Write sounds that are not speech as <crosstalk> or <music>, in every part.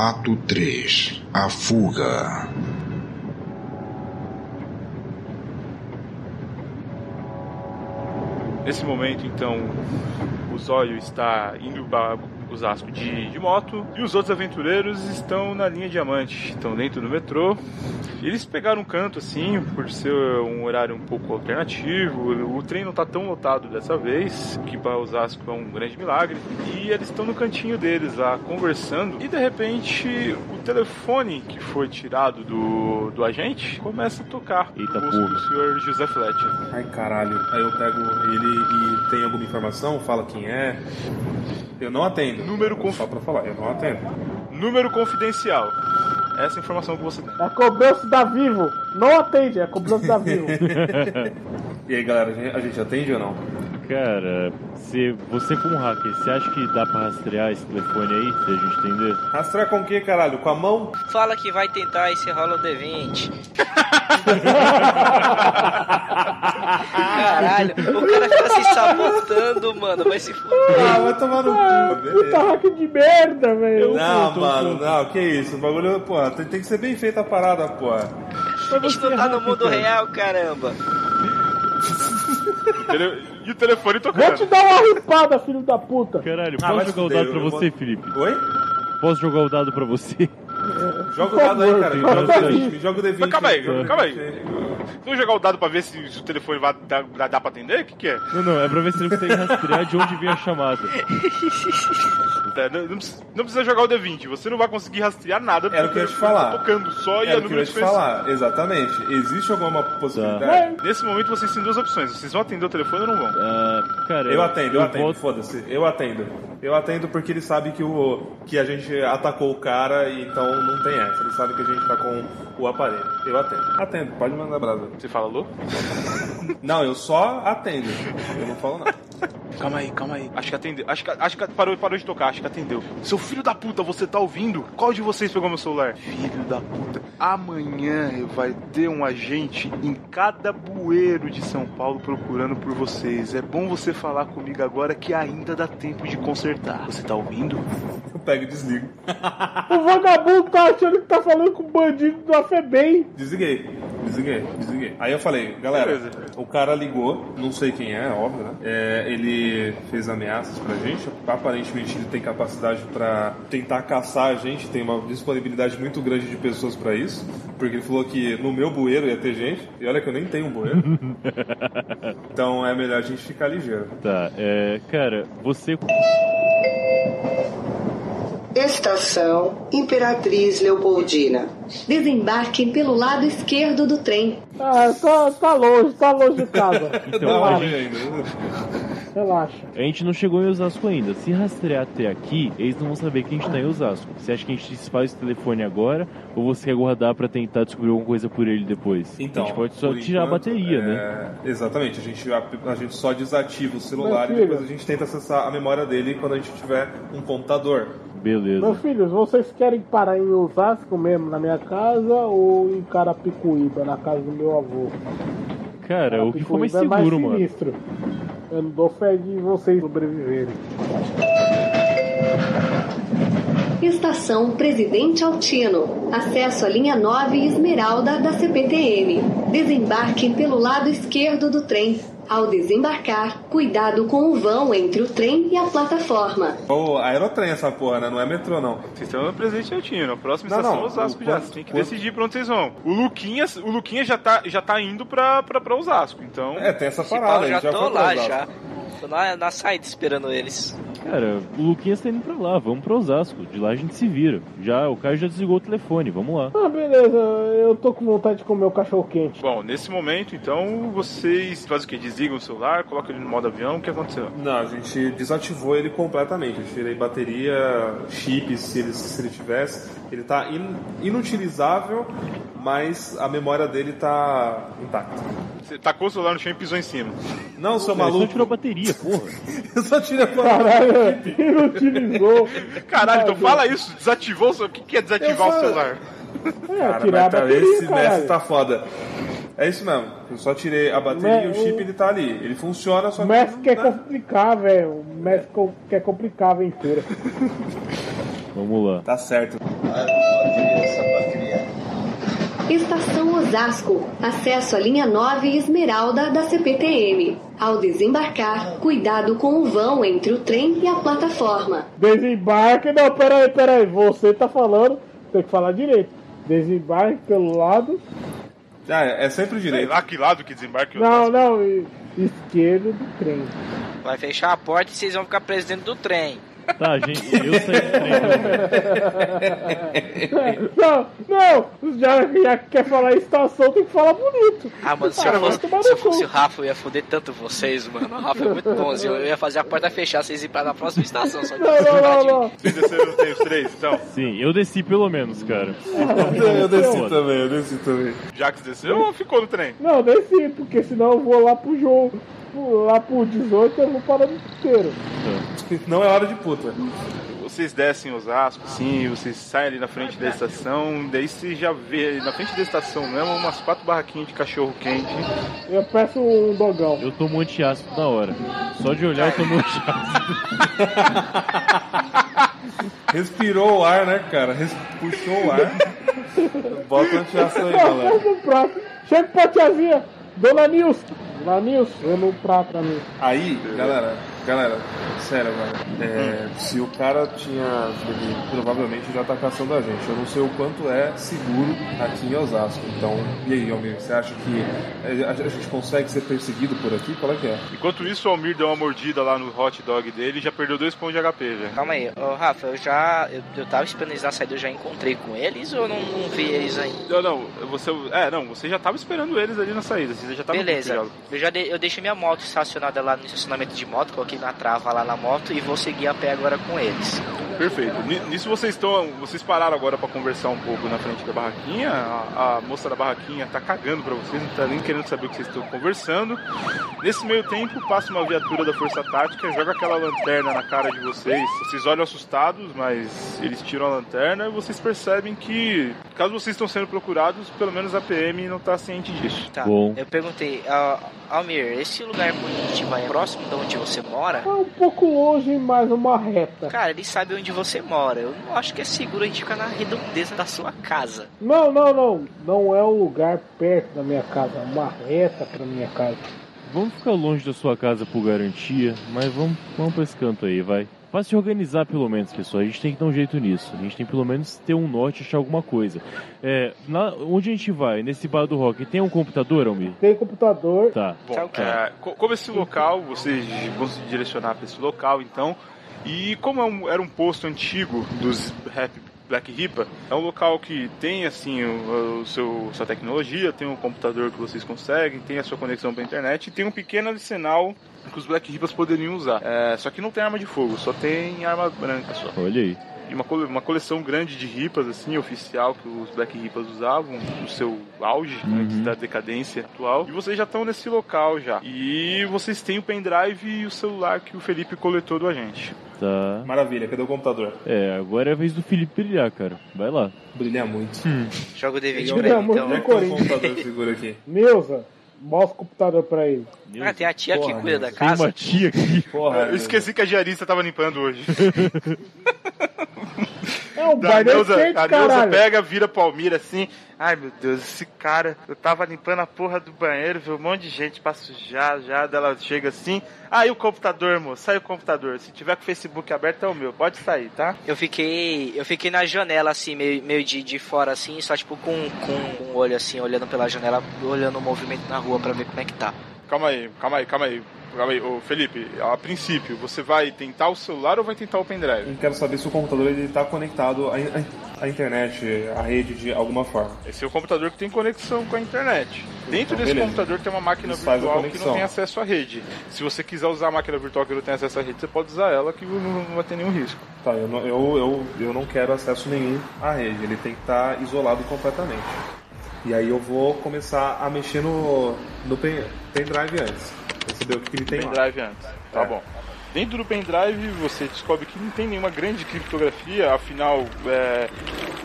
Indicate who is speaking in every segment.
Speaker 1: Ato 3 A Fuga
Speaker 2: Nesse momento, então, o Zóio está indo para Osasco de, de moto e os outros aventureiros estão na linha Diamante, estão dentro do metrô. Eles pegaram um canto assim, por ser um horário um pouco alternativo. O trem não está tão lotado dessa vez, o que para Osasco é um grande milagre. E eles estão no cantinho deles lá conversando e de repente o telefone que foi tirado do, do agente começa a tocar.
Speaker 3: Eita,
Speaker 2: o rosto
Speaker 3: porra.
Speaker 2: do senhor José Fletcher.
Speaker 4: Ai caralho. Aí eu pego ele e tem alguma informação, fala quem é. Eu não atendo.
Speaker 2: Número conf-
Speaker 4: Só pra falar, eu não atendo.
Speaker 2: Número confidencial. Essa é a informação que você tem.
Speaker 5: É cobrança da Vivo. Não atende, é cobrança da Vivo.
Speaker 4: E aí galera, a gente- a gente atende ou não?
Speaker 3: Cara, se você como hacker, você acha que dá pra rastrear esse telefone aí, se a gente entender?
Speaker 4: Rastrear com o que, caralho? Com a mão?
Speaker 6: Fala que vai tentar e você rola o D20. Caralho, o cara fica se sabotando, mano. Vai se fuder.
Speaker 4: Ah, vai tomar no cu,
Speaker 5: Puta
Speaker 4: beleza.
Speaker 5: hack de merda, velho.
Speaker 4: Não,
Speaker 3: puto,
Speaker 4: mano,
Speaker 3: puto.
Speaker 4: não, que isso, o bagulho, pô, tem, tem que ser bem feita a parada, pô.
Speaker 6: A gente não tá no mundo real, caramba.
Speaker 2: Tele- E o telefone
Speaker 5: Vou te
Speaker 2: tocando.
Speaker 5: dar uma ripada, filho da puta.
Speaker 3: Caralho,
Speaker 4: Ah, vai
Speaker 3: posso jogar o
Speaker 4: fuder,
Speaker 3: dado pra
Speaker 4: eu
Speaker 3: você,
Speaker 4: vou-
Speaker 3: Felipe?
Speaker 4: Oi?
Speaker 3: Posso jogar o dado pra você? <laughs>
Speaker 4: Joga o dado aí, cara, joga o
Speaker 3: favor,
Speaker 4: D20, joga o D20.
Speaker 2: Mas calma aí,
Speaker 4: joga o
Speaker 2: calma aí.
Speaker 4: D20.
Speaker 2: Vamos jogar o dado pra ver se, se o telefone vai dar, dá- dá pra atender? O que, que é?
Speaker 3: Não, não, é pra ver se ele consegue rastrear de onde veio a chamada.
Speaker 2: Tá, Não, não precisa, não precisa jogar o D20, você não vai conseguir rastrear nada.
Speaker 4: Era o que eu ia te falar.
Speaker 2: tá tocando só e
Speaker 4: Era
Speaker 2: a
Speaker 4: é o que eu
Speaker 2: número
Speaker 4: ia te
Speaker 2: diferencial.
Speaker 4: falar, exatamente. Existe alguma possibilidade?
Speaker 2: Nesse momento vocês têm duas opções: vocês vão atender o telefone ou não vão.
Speaker 4: É.
Speaker 3: Ah, cara,
Speaker 4: Eu atendo, eu atendo,
Speaker 3: voto-
Speaker 4: foda-se, eu atendo. Eu atendo porque ele sabe que, o, que a gente atacou o cara, e então não tem essa. Ele sabe que a gente tá com o aparelho. Eu atendo. Atendo, pode mandar brasa.
Speaker 2: Você fala, alô?
Speaker 4: Não, eu só atendo. Eu não falo nada.
Speaker 2: Calma aí, calma aí. Acho que atendeu. Acho que, acho que parou, parou de tocar, acho que atendeu. Seu filho da puta, você tá ouvindo? Qual de vocês pegou meu celular? Filho da puta. Amanhã vai ter um agente em cada bueiro de São Paulo procurando por vocês. É bom você falar comigo agora que ainda dá tempo de consertar. Você tá ouvindo?
Speaker 4: Eu pego e desligo.
Speaker 5: <laughs> O vagabundo tá achando que tá falando com o bandido do AFEBEM.
Speaker 4: Desliguei, desliguei, desliguei. Aí eu falei, galera,
Speaker 2: Beleza.
Speaker 4: o cara ligou, não sei quem é, óbvio, né? É, ele fez ameaças pra gente, aparentemente ele tem capacidade pra tentar caçar a gente, tem uma disponibilidade muito grande de pessoas pra isso, porque ele falou que no meu bueiro ia ter gente, e olha que eu nem tenho um bueiro.
Speaker 5: <laughs>
Speaker 4: então é melhor a gente ficar ligeiro.
Speaker 3: Tá, é, cara, você
Speaker 7: Estação Imperatriz Leopoldina.
Speaker 8: Desembarque pelo lado esquerdo do trem.
Speaker 5: Ah, tá, tá longe, tá longe
Speaker 3: <laughs>
Speaker 5: de casa.
Speaker 4: Não,
Speaker 3: a
Speaker 4: não,
Speaker 3: gente,
Speaker 4: ainda. né?
Speaker 5: Relaxa.
Speaker 3: a gente não chegou em Osasco ainda. Se rastrear até aqui, eles não vão saber que a gente tá em Osasco. Você acha que a gente faz esse telefone agora ou você quer guardar pra tentar descobrir alguma coisa por ele depois?
Speaker 4: Então,
Speaker 3: a gente pode só
Speaker 4: por
Speaker 3: tirar
Speaker 4: enquanto,
Speaker 3: a bateria,
Speaker 4: é,
Speaker 3: né?
Speaker 4: Exatamente, a gente, a, a gente só desativa o celular
Speaker 5: Meu
Speaker 4: e depois a
Speaker 5: filho.
Speaker 4: gente tenta acessar a memória dele quando a gente tiver um computador.
Speaker 3: Beleza.
Speaker 5: Meus filhos, vocês querem parar em Osasco mesmo, na minha casa, ou em Carapicuíba, na casa do meu avô?
Speaker 3: Cara, o que for mais
Speaker 5: Carapicuíba é mais
Speaker 3: seguro, mano.
Speaker 5: sinistro. Eu não dou fé de vocês sobreviverem.
Speaker 8: Estação Presidente Altino. Acesso à linha 9 Esmeralda da CPTM. Desembarque pelo lado esquerdo do trem. Ao desembarcar, cuidado com o vão entre o trem e a plataforma.
Speaker 4: Ou Então, aerotrem essa porra, né? Não é metrô, não.
Speaker 2: Vocês estão no presente Altino. A próxima
Speaker 4: Não,
Speaker 2: estação
Speaker 4: não,
Speaker 2: é Osasco
Speaker 4: o
Speaker 2: já.
Speaker 4: quanto-
Speaker 2: Você tem que
Speaker 4: quanto-
Speaker 2: decidir pra onde vocês vão. O Luquinhas, o Luquinhas já, tá, já tá indo pra, pra, pra Osasco, então.
Speaker 4: É, tem essa
Speaker 6: Esse
Speaker 4: parada.
Speaker 6: pau
Speaker 4: a
Speaker 6: já
Speaker 4: gente já
Speaker 6: tô
Speaker 4: foi pra
Speaker 6: lá
Speaker 4: Osasco.
Speaker 6: já. Tô na, na saída esperando eles.
Speaker 3: Cara, o Luquinhas tá indo pra lá, vamos pra Osasco. De lá a gente se vira. Já, o Caio já desligou o telefone, vamos lá.
Speaker 5: Ah, beleza, eu tô com vontade de comer o cachorro quente. <laughs>
Speaker 2: Bom, nesse momento, então, vocês fazem o que? Desligam o celular, colocam ele no modo avião, o que aconteceu?
Speaker 4: Não, a gente desativou ele completamente. Eu tirei bateria, chip, se ele, se ele tivesse. Ele tá in- inutilizável, mas a memória dele tá intacta.
Speaker 2: Você tacou o celular no chão e pisou em cima.
Speaker 4: Não, seu
Speaker 3: Cara, É, ele só
Speaker 4: maluco.
Speaker 3: tirou a bateria, porra.
Speaker 4: Eu <laughs> só tirei a parada.
Speaker 5: Caralho, inutilizou. Ah,
Speaker 2: Caralho, então
Speaker 5: Caralho.
Speaker 2: fala isso, desativou o celular. O que que é desativar
Speaker 4: Eu
Speaker 2: o
Speaker 4: falo-
Speaker 2: celular?
Speaker 5: É,
Speaker 4: Cara, mas
Speaker 5: tirar a
Speaker 4: tá,
Speaker 5: bateria,
Speaker 4: esse
Speaker 5: caralho.
Speaker 4: mestre tá foda. É isso mesmo. Eu só tirei a bateria e o
Speaker 5: Me-
Speaker 4: chip ele tá ali. Ele funciona, só
Speaker 5: O
Speaker 4: que.
Speaker 5: Messi
Speaker 4: não tá
Speaker 5: quer
Speaker 4: dá.
Speaker 5: complicar, velho. O Messi co- quer complicar a aventura.
Speaker 3: Vamos lá.
Speaker 4: Tá certo.
Speaker 8: Estação Osasco, acesso à linha 9 Esmeralda da CPTM. Ao desembarcar, cuidado com o vão entre o trem e a plataforma.
Speaker 5: Desembarque, não, peraí, peraí. Você tá falando, tem que falar direito. Desembarque pelo lado.
Speaker 4: Ah, é é sempre
Speaker 2: Sei
Speaker 4: direito.
Speaker 2: lá que lado que desembarque o
Speaker 5: Não,
Speaker 2: Osasco.
Speaker 5: não, e- esquerdo do trem. <laughs>
Speaker 9: Vai fechar a porta e vocês vão ficar presos dentro do trem.
Speaker 3: Tá, gente, eu saí do trem.
Speaker 5: Não, não, já, já que quer falar estação, tem que falar bonito.
Speaker 6: Ah, mano, se
Speaker 5: Ah,
Speaker 6: eu
Speaker 5: vai
Speaker 6: fosse,
Speaker 5: tomar
Speaker 6: se eu
Speaker 5: no cu.
Speaker 6: fosse o Rafa, eu ia foder tanto vocês, mano. O Rafa é muito bonzinho. Eu ia fazer a porta fechar, vocês irem pra na próxima estação. Só que
Speaker 5: Não, não, não, não.
Speaker 2: Vocês desceram os três, então.
Speaker 4: <laughs>
Speaker 3: Sim, eu desci pelo menos, cara.
Speaker 4: Eu desci também, eu desci também.
Speaker 2: Jax desceu ou Então, ficou no trem?
Speaker 5: Não, desci, porque senão eu vou lá pro jogo. Lá pro 18 eu vou parar no inteiro.
Speaker 4: Não é hora de puta.
Speaker 2: Vocês descem Osasco, sim, vocês saem ali na frente da estação, daí você já vê ali na frente da estação mesmo umas quatro barraquinhas de cachorro quente.
Speaker 5: Eu peço um dogão.
Speaker 3: Eu tomo antiácido na hora. Só de olhar eu tomo antiácido.
Speaker 4: Respirou o ar, né, cara? Res- Puxou o
Speaker 5: <laughs>
Speaker 4: ar. Bota uma tiação aí,
Speaker 5: Não,
Speaker 4: galera.
Speaker 5: vamos no prato. Chega pra tiazinha. Dona Nilson. Dona Nilson, eu no prato pra mim.
Speaker 4: Aí, galera, galera, sério, mano. é,
Speaker 2: Hum.
Speaker 4: se o cara tinha. Ele provavelmente já tá caçando a gente. Eu não sei o quanto é seguro aqui em Osasco. Então, e aí, Almir, você acha que é, a a gente consegue ser perseguido por aqui? Qual é que é?
Speaker 2: Enquanto isso, o Almir deu uma mordida lá no hot dog dele e já perdeu dois pontos de HP já.
Speaker 9: Calma aí, ô Rafa, eu já. Eu, eu tava esperando eles na saída, eu já encontrei com eles ou eu não, não vi eles
Speaker 2: Não,
Speaker 9: ainda?
Speaker 2: não, você. É, não, você já tava esperando eles ali na saída, assim, você já tava
Speaker 9: Beleza,
Speaker 2: com o
Speaker 9: eu já dei- eu deixei minha moto estacionada lá no estacionamento de moto, coloquei na trava lá na moto e vou seguir a pé agora com eles.
Speaker 2: Perfeito. Ni- Nisso vocês estão. Vocês pararam agora pra conversar um pouco na frente da barraquinha. A, a moça da barraquinha tá cagando pra vocês, não tá nem querendo saber o que vocês estão conversando. Nesse meio tempo, passa uma viatura da Força Tática, joga aquela lanterna na cara de vocês. Vocês olham assustados, mas eles tiram a lanterna e vocês percebem que, caso vocês estão sendo procurados, pelo menos a PM não tá ciente disso.
Speaker 9: Tá.
Speaker 3: Bom.
Speaker 9: Eu perguntei, ah, Almir, esse lugar por onde a gente vai é próximo de onde você mora?
Speaker 5: É um pouco longe, mas é uma reta.
Speaker 9: Cara, eles sabem onde você mora. Eu não acho que é seguro a gente ficar na redondeza da sua casa.
Speaker 5: Não, não, não. Não é um lugar perto da minha casa. é Uma reta pra minha casa.
Speaker 3: Vamos ficar longe da sua casa por garantia, mas vamos, vamos pra esse canto aí, vai. Vai se organizar pelo menos, pessoal. A gente tem que dar um jeito nisso. A gente tem pelo menos ter um norte, achar alguma coisa. É, na- onde a gente vai? Nesse bar do rock, tem um computador, Almir?
Speaker 5: Tem computador.
Speaker 3: Tá.
Speaker 2: Bom,
Speaker 9: Tá ok.
Speaker 2: é, co- como esse local, vocês vão se direcionar para esse local, então. E como é um- era um posto antigo dos rap Black Ripa, é um local que tem assim o, o seu sua tecnologia, tem um computador que vocês conseguem, tem a sua conexão para internet e tem um pequeno arsenal que os Black Ripas poderiam usar. É, só que não tem arma de fogo, só tem arma branca só.
Speaker 3: Olha aí.
Speaker 2: E uma, cole- uma coleção grande de ripas, assim, oficial, que os Black Ripas usavam no seu auge,
Speaker 3: Uhum.
Speaker 2: antes da decadência atual. E vocês já estão nesse local já. E vocês têm o pendrive e o celular que o Felipe coletou do agente.
Speaker 3: Tá.
Speaker 4: Maravilha, cadê o computador?
Speaker 3: É, agora é a vez do Felipe brilhar, cara. Vai lá.
Speaker 4: Brilha muito.
Speaker 9: Joga o D20
Speaker 5: Joga
Speaker 9: pra ele,
Speaker 5: muito,
Speaker 9: então.
Speaker 4: Onde é que tá o computador seguro aqui?
Speaker 5: Neuza, mostra o computador pra ele.
Speaker 3: Meu
Speaker 9: Ah, tem a tia
Speaker 4: Porra,
Speaker 9: que cuida da
Speaker 3: Tem uma
Speaker 9: casa.
Speaker 3: tia aqui.
Speaker 4: Porra,
Speaker 2: É, Eu esqueci que a diarista tava limpando hoje.
Speaker 5: É
Speaker 4: Tá,
Speaker 5: um
Speaker 2: Da
Speaker 5: baile
Speaker 2: Neuza-
Speaker 5: quente,
Speaker 2: a Neuza
Speaker 5: caralho.
Speaker 2: pega, vira Palmira assim. Ai meu Deus, esse cara, eu tava limpando a porra do banheiro, viu um monte de gente pra sujar já. daí Ela chega assim. Ah, e o computador, moço? Sai o computador. Se tiver com o Facebook aberto, é o meu. Pode sair, tá?
Speaker 9: Eu fiquei. Eu fiquei na janela, assim, meio, meio de, de fora, assim, só tipo com, com, com o olho assim, olhando pela janela, olhando o movimento na rua pra ver como é que tá.
Speaker 2: Calma aí, calma aí, calma aí. Calma aí, ô Felipe, a princípio, você vai tentar o celular ou vai tentar o pendrive?
Speaker 4: Eu quero saber se o computador ele tá conectado à, à- à internet, à rede de alguma forma.
Speaker 2: Esse é o computador que tem conexão com a internet. Dentro desse
Speaker 4: então beleza.
Speaker 2: computador tem uma máquina
Speaker 4: Isso faz a
Speaker 2: virtual que não
Speaker 4: conexão.
Speaker 2: tem acesso à rede. Se você quiser usar a máquina virtual que não tem acesso à rede, você pode usar ela que não não vai ter nenhum risco.
Speaker 4: Tá, eu não, eu, eu, eu não quero acesso nenhum à rede, ele tem que estar isolado completamente. E aí eu vou começar a mexer no, no pen, pendrive antes, pra saber o que, que ele tem lá.
Speaker 2: pendrive antes. Tá
Speaker 4: É.
Speaker 2: bom. Dentro do pendrive você descobre que não tem nenhuma grande criptografia, afinal é,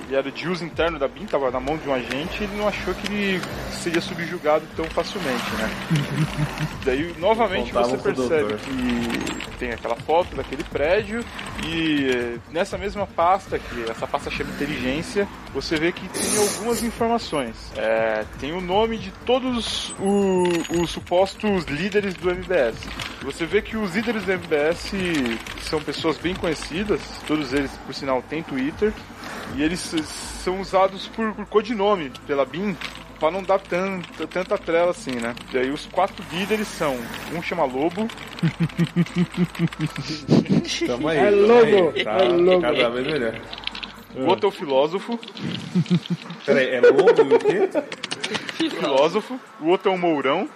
Speaker 2: ele era o Jules interno da BIM, tava na mão de um agente, ele não achou que ele seria subjugado tão facilmente,
Speaker 4: <laughs>
Speaker 2: né? Daí, novamente,
Speaker 4: Contava
Speaker 2: você
Speaker 4: com o
Speaker 2: percebe
Speaker 4: doutor.
Speaker 2: que tem aquela foto daquele prédio e eh, nessa mesma pasta, que essa pasta chama Inteligência, você vê que tem algumas informações. É, tem o nome de todos o- os supostos líderes do MBS. Você vê que os líderes do MBS são pessoas bem conhecidas, todos eles, por sinal, têm Twitter, e eles são usados por, por codinome pela BIM pra não dar tanta, tanta trela assim, né? E aí os quatro líderes são, um chama Lobo,
Speaker 4: Tamo aí.
Speaker 5: É
Speaker 4: tamo
Speaker 5: logo,
Speaker 4: aí. Tá
Speaker 5: é logo.
Speaker 4: Cada vez melhor.
Speaker 2: o outro é o filósofo,
Speaker 4: Peraí, é lobo e o quê?
Speaker 2: filósofo, o outro é o Mourão,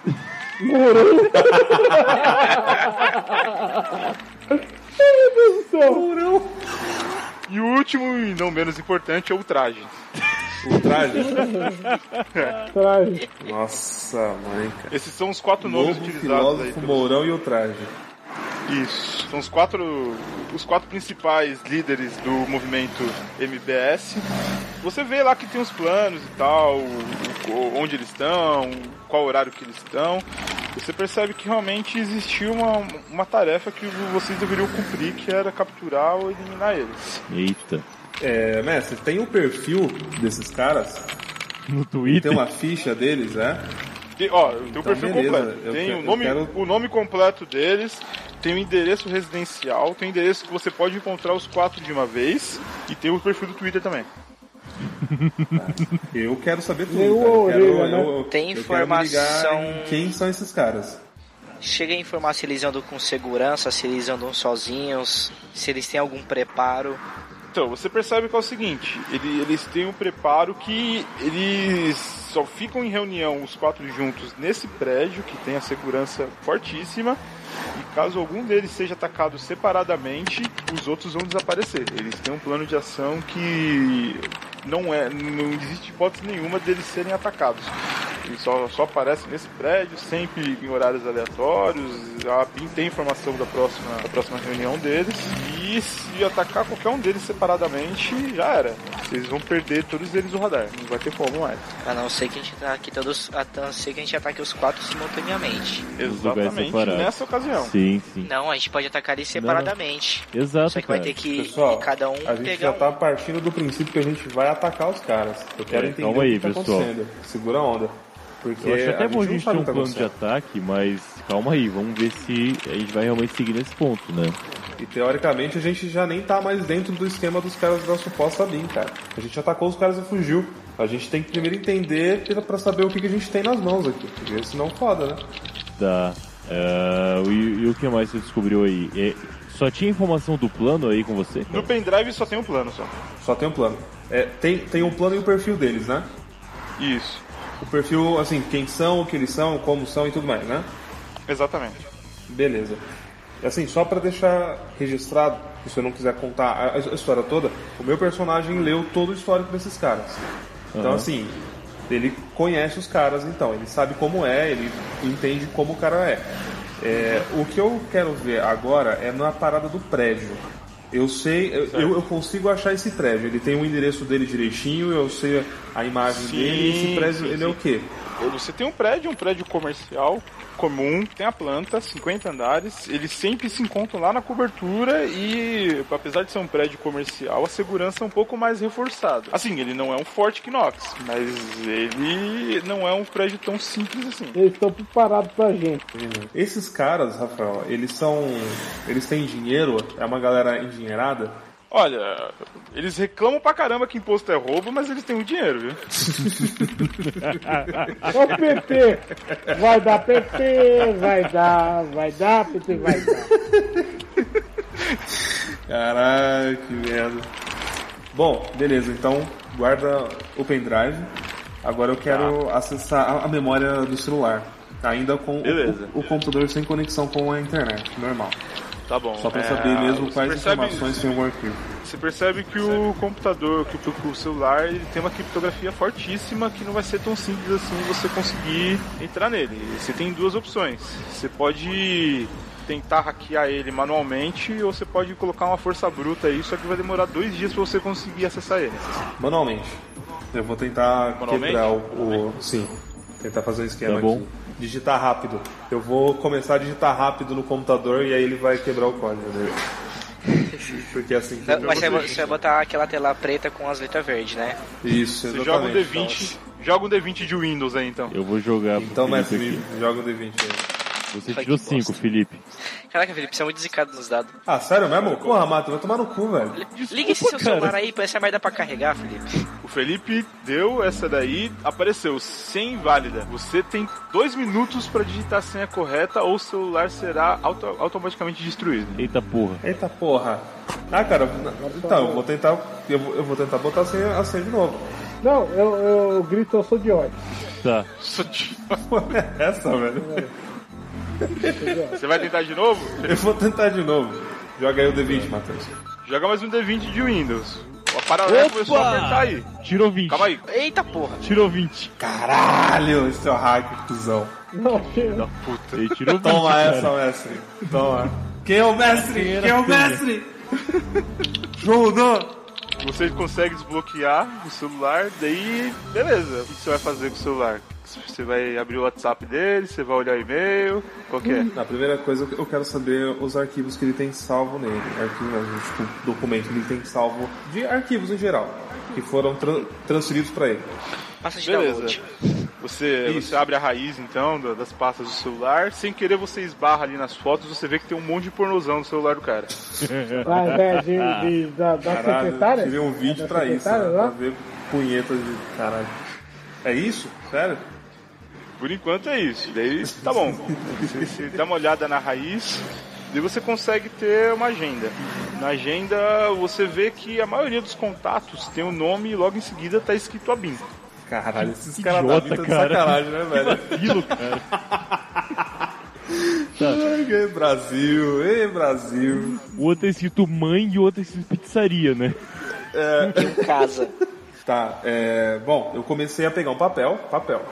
Speaker 2: e o último, e não menos importante, é o traje.
Speaker 4: O traje?
Speaker 5: Traz.
Speaker 4: Nossa, mãe, cara.
Speaker 2: Esses são os quatro nomes
Speaker 4: Lobo,
Speaker 2: utilizados aí.
Speaker 4: filósofo,
Speaker 2: pelo-
Speaker 4: mourão e o traje.
Speaker 2: Isso. São os quatro, os quatro principais líderes do movimento MBS. Você vê lá que tem os planos e tal, o- o- onde eles estão, qual horário que eles estão. Você percebe que realmente existia uma, uma tarefa que vocês deveriam cumprir, que era capturar ou eliminar eles.
Speaker 3: Eita.
Speaker 4: É, mestre, tem o perfil desses caras?
Speaker 3: No
Speaker 4: Tem
Speaker 3: Twitter.
Speaker 4: uma ficha deles, é?
Speaker 2: Tem, ó, tem o
Speaker 4: Então,
Speaker 2: perfil
Speaker 4: beleza.
Speaker 2: completo.
Speaker 4: Eu
Speaker 2: tem
Speaker 4: que-
Speaker 2: o,
Speaker 4: eu
Speaker 2: nome,
Speaker 4: quero-
Speaker 2: o nome completo deles, tem o endereço residencial, tem o endereço que você pode encontrar os quatro de uma vez, e tem o perfil do Twitter também.
Speaker 4: Eu quero saber tudo.
Speaker 5: Tem
Speaker 4: cara.
Speaker 5: uma
Speaker 4: Eu quero,
Speaker 5: orelha, né?
Speaker 4: eu- eu quero me
Speaker 9: Tem
Speaker 4: ligar em
Speaker 9: informação-
Speaker 4: Quem são esses caras?
Speaker 9: Chega a informar se eles andam com segurança, se eles andam sozinhos, se eles têm algum preparo.
Speaker 2: Então, você percebe que é o seguinte, ele- eles têm um preparo que eles só ficam em reunião os quatro juntos nesse prédio, que tem a segurança fortíssima, e caso algum deles seja atacado separadamente, os outros vão desaparecer. Eles têm um plano de ação que não é. não existe hipótese nenhuma deles serem atacados. Eles só, só aparecem nesse prédio, sempre em horários aleatórios. A PIN tem informação da próxima, da próxima reunião deles. E se atacar qualquer um deles separadamente, já era. Vocês vão perder todos eles no radar. Não vai ter como mais.
Speaker 9: A não ser que a gente ataque todos. A não ser que a gente ataque os quatro simultaneamente.
Speaker 3: Nos lugares
Speaker 2: Exatamente
Speaker 3: separados.
Speaker 2: nessa ocasião.
Speaker 3: Sim, sim.
Speaker 9: Não, a gente pode atacar eles separadamente.
Speaker 3: Exato,
Speaker 9: Só que vai
Speaker 3: cara.
Speaker 9: ter que
Speaker 4: Pessoal,
Speaker 9: cada um
Speaker 4: A gente
Speaker 9: pegar
Speaker 4: já tá partindo do princípio que a gente vai atacar os caras. Eu quero
Speaker 3: É,
Speaker 4: entender
Speaker 3: calma
Speaker 4: o que
Speaker 3: aí,
Speaker 4: tá
Speaker 3: pessoal.
Speaker 4: acontecendo. Segura a onda. Porque
Speaker 3: Eu acho até bom a gente ter
Speaker 4: não
Speaker 3: um
Speaker 4: sabe o
Speaker 3: plano
Speaker 4: que
Speaker 3: de
Speaker 4: tá
Speaker 3: ataque, mas calma aí, vamos ver se a gente vai realmente seguir nesse ponto, né?
Speaker 4: acontecendo. E teoricamente a gente já nem tá mais dentro do esquema dos caras da suposta BIM, cara. A gente atacou os caras e fugiu. A gente tem que primeiro entender pra- pra saber o que, que a gente tem nas mãos aqui. Porque senão foda, né?
Speaker 3: Tá. Ah, e, e o que mais você descobriu aí? É, só tinha informação do plano aí com você?
Speaker 2: No pendrive só tem um plano só.
Speaker 4: Só tem um plano. É, tem, tem um plano e o perfil deles, né?
Speaker 2: Isso,
Speaker 4: O perfil, assim, quem são, o que eles são, como são e tudo mais, né?
Speaker 2: exatamente.
Speaker 4: Beleza. Assim, só pra deixar registrado, que se eu não quiser contar a, a história toda, o meu personagem leu todo o histórico desses caras. Então,
Speaker 3: Aham.
Speaker 4: assim, ele conhece os caras, então, ele sabe como é, ele entende como o cara é. É, o que eu quero ver agora é na parada do prédio. Eu sei, eu, eu, eu consigo achar esse prédio. Ele tem o endereço dele direitinho, eu sei a imagem
Speaker 2: Sim,
Speaker 4: dele. Esse prédio,
Speaker 2: sim,
Speaker 4: ele é
Speaker 2: sim.
Speaker 4: o quê?
Speaker 2: Você tem um prédio, um prédio comercial comum, tem a planta, 50 andares, eles sempre se encontram lá na cobertura e, apesar de ser um prédio comercial, a segurança é um pouco mais reforçada. Assim, ele não é um Fort Knox, mas ele não é um prédio tão simples assim.
Speaker 5: Eles estão preparados pra gente.
Speaker 4: Esses caras, Rafael, eles são. Eles têm dinheiro, é uma galera endinheirada.
Speaker 2: Olha, eles reclamam pra caramba que imposto é roubo, mas eles têm o dinheiro, viu?
Speaker 5: Ô PT! Vai dar PT, vai dar, vai dar, PT, vai dar.
Speaker 4: Caralho, que merda. Bom, beleza, então guarda o pendrive. Agora eu
Speaker 2: Tá.
Speaker 4: quero acessar a, a memória do celular. Tá Ainda com o-
Speaker 2: Beleza.
Speaker 4: o, o computador sem conexão com a internet, normal.
Speaker 2: Tá bom.
Speaker 4: Só pra
Speaker 2: é,
Speaker 4: saber mesmo
Speaker 2: você
Speaker 4: quais
Speaker 2: percebe-
Speaker 4: informações tem o arquivo.
Speaker 2: Você percebe que o computador, que o, que o celular, ele tem uma criptografia fortíssima que não vai ser tão simples assim você conseguir entrar nele. Você tem duas opções. Você pode tentar hackear ele manualmente, ou você pode colocar uma força bruta aí, só que vai demorar dois dias pra você conseguir acessar ele.
Speaker 4: Manualmente. Eu vou tentar
Speaker 2: Manualmente?
Speaker 4: quebrar o, o- Sim. Tentar fazer um esquema
Speaker 3: Tá bom.
Speaker 4: aqui. Digitar rápido. Eu vou começar a digitar rápido no computador e aí ele vai quebrar o código dele. Porque é assim que
Speaker 9: Não, mas você vai, você vai botar aquela tela preta com as letras verdes, né?
Speaker 4: Isso,
Speaker 2: Você
Speaker 4: exatamente.
Speaker 2: joga um D20, joga um D20 de Windows aí então.
Speaker 3: Eu vou jogar pro
Speaker 4: Então, então mestre,
Speaker 3: Felipe aqui.
Speaker 4: me joga um D20 aí.
Speaker 3: Você
Speaker 9: Ai,
Speaker 3: tirou
Speaker 9: que
Speaker 3: 5,
Speaker 9: bosta.
Speaker 3: Felipe.
Speaker 9: Caraca, Felipe, você é muito zicado nos dados.
Speaker 4: Ah, sério mesmo? Porra, Mato, vai tomar no cu, velho.
Speaker 9: Liga esse seu celular aí pra essa merda pra carregar, Felipe.
Speaker 2: O Felipe deu essa daí, apareceu sem válida. Você tem dois minutos pra digitar a senha correta ou o celular será auto- automaticamente destruído.
Speaker 3: Eita porra.
Speaker 4: Eita porra. Ah, cara, então, eu vou tentar. Eu vou, eu vou tentar botar a senha, a senha de novo. <laughs>
Speaker 5: Não, eu, eu grito, eu sou de ódio.
Speaker 3: Tá.
Speaker 4: Porra, é essa, velho.
Speaker 2: Você vai tentar de novo?
Speaker 4: Eu vou tentar de novo. Joga aí o D20, Matheus.
Speaker 2: Joga mais um D20 de Windows. O paralelo começou a apertar aí.
Speaker 3: Tirou 20.
Speaker 2: Calma aí.
Speaker 9: Eita porra!
Speaker 3: Tirou 20.
Speaker 4: Caralho, esse é o hack, cuzão. <laughs>
Speaker 5: Não,
Speaker 3: Da puta. Ele tirou 20.
Speaker 4: Toma
Speaker 3: cara.
Speaker 4: essa, mestre. Toma. Quem é o mestre? Quem é o mestre? Judô!
Speaker 2: Você consegue desbloquear o celular, daí beleza. O que você vai fazer com o celular? Você vai abrir o WhatsApp dele, você vai olhar o e-mail, qual que é?
Speaker 4: A primeira coisa, eu quero saber é os arquivos que ele tem salvo nele. Arquivo, não, tipo, documento que ele tem salvo de arquivos em geral, que foram tran- transferidos pra ele.
Speaker 9: Passa de
Speaker 2: Beleza.
Speaker 9: download.
Speaker 2: Você, você abre a raiz então da- das pastas do celular, sem querer você esbarra ali nas fotos, você vê que tem um monte de pornozão no celular do cara.
Speaker 5: Ah, é, de, de- da, da secretária?
Speaker 4: eu tirei um vídeo
Speaker 5: Da
Speaker 4: pra isso, né?
Speaker 5: secretária
Speaker 4: pra
Speaker 5: lá?
Speaker 4: ver punhetas de caralho. É isso? Sério?
Speaker 2: Por enquanto é isso. Daí tá bom. Você, você dá uma olhada na raiz, daí você consegue ter uma agenda. Na agenda você vê que a maioria dos contatos tem o nome e logo em seguida tá escrito Abin.
Speaker 4: Caralho, esses
Speaker 3: Que
Speaker 4: caras da
Speaker 3: idiota,
Speaker 4: vida estão de
Speaker 3: cara.
Speaker 4: sacanagem, né, velho?
Speaker 3: Aquilo, cara. <laughs>
Speaker 4: Ai, que Brasil, ei, Brasil.
Speaker 3: O outro é escrito mãe e o outro é escrito pizzaria, né?
Speaker 9: Em casa.
Speaker 4: Tá, é, bom, eu comecei a pegar um papel, papel,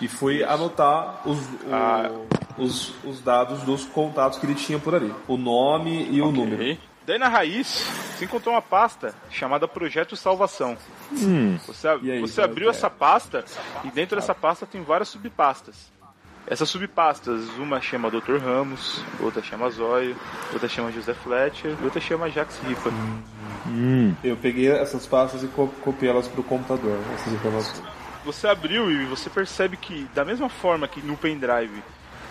Speaker 4: e fui anotar os, o-
Speaker 2: Ah.
Speaker 4: os, os dados dos contatos que ele tinha por ali. O nome e o número.
Speaker 2: Ok. Daí na raiz, você encontrou uma pasta chamada Projeto Salvação. Você,
Speaker 4: Hum, E aí,
Speaker 2: você
Speaker 4: qual
Speaker 2: abriu
Speaker 4: que é?
Speaker 2: essa pasta e dentro dessa pasta tem várias subpastas. Essas subpastas, uma chama Dr. Ramos, outra chama Zóio, outra chama José Fletcher, outra chama Jax Ripa.
Speaker 4: Eu peguei essas pastas e co- copiei elas pro computador, essas informações.
Speaker 2: Você abriu e você percebe que, da mesma forma que no pendrive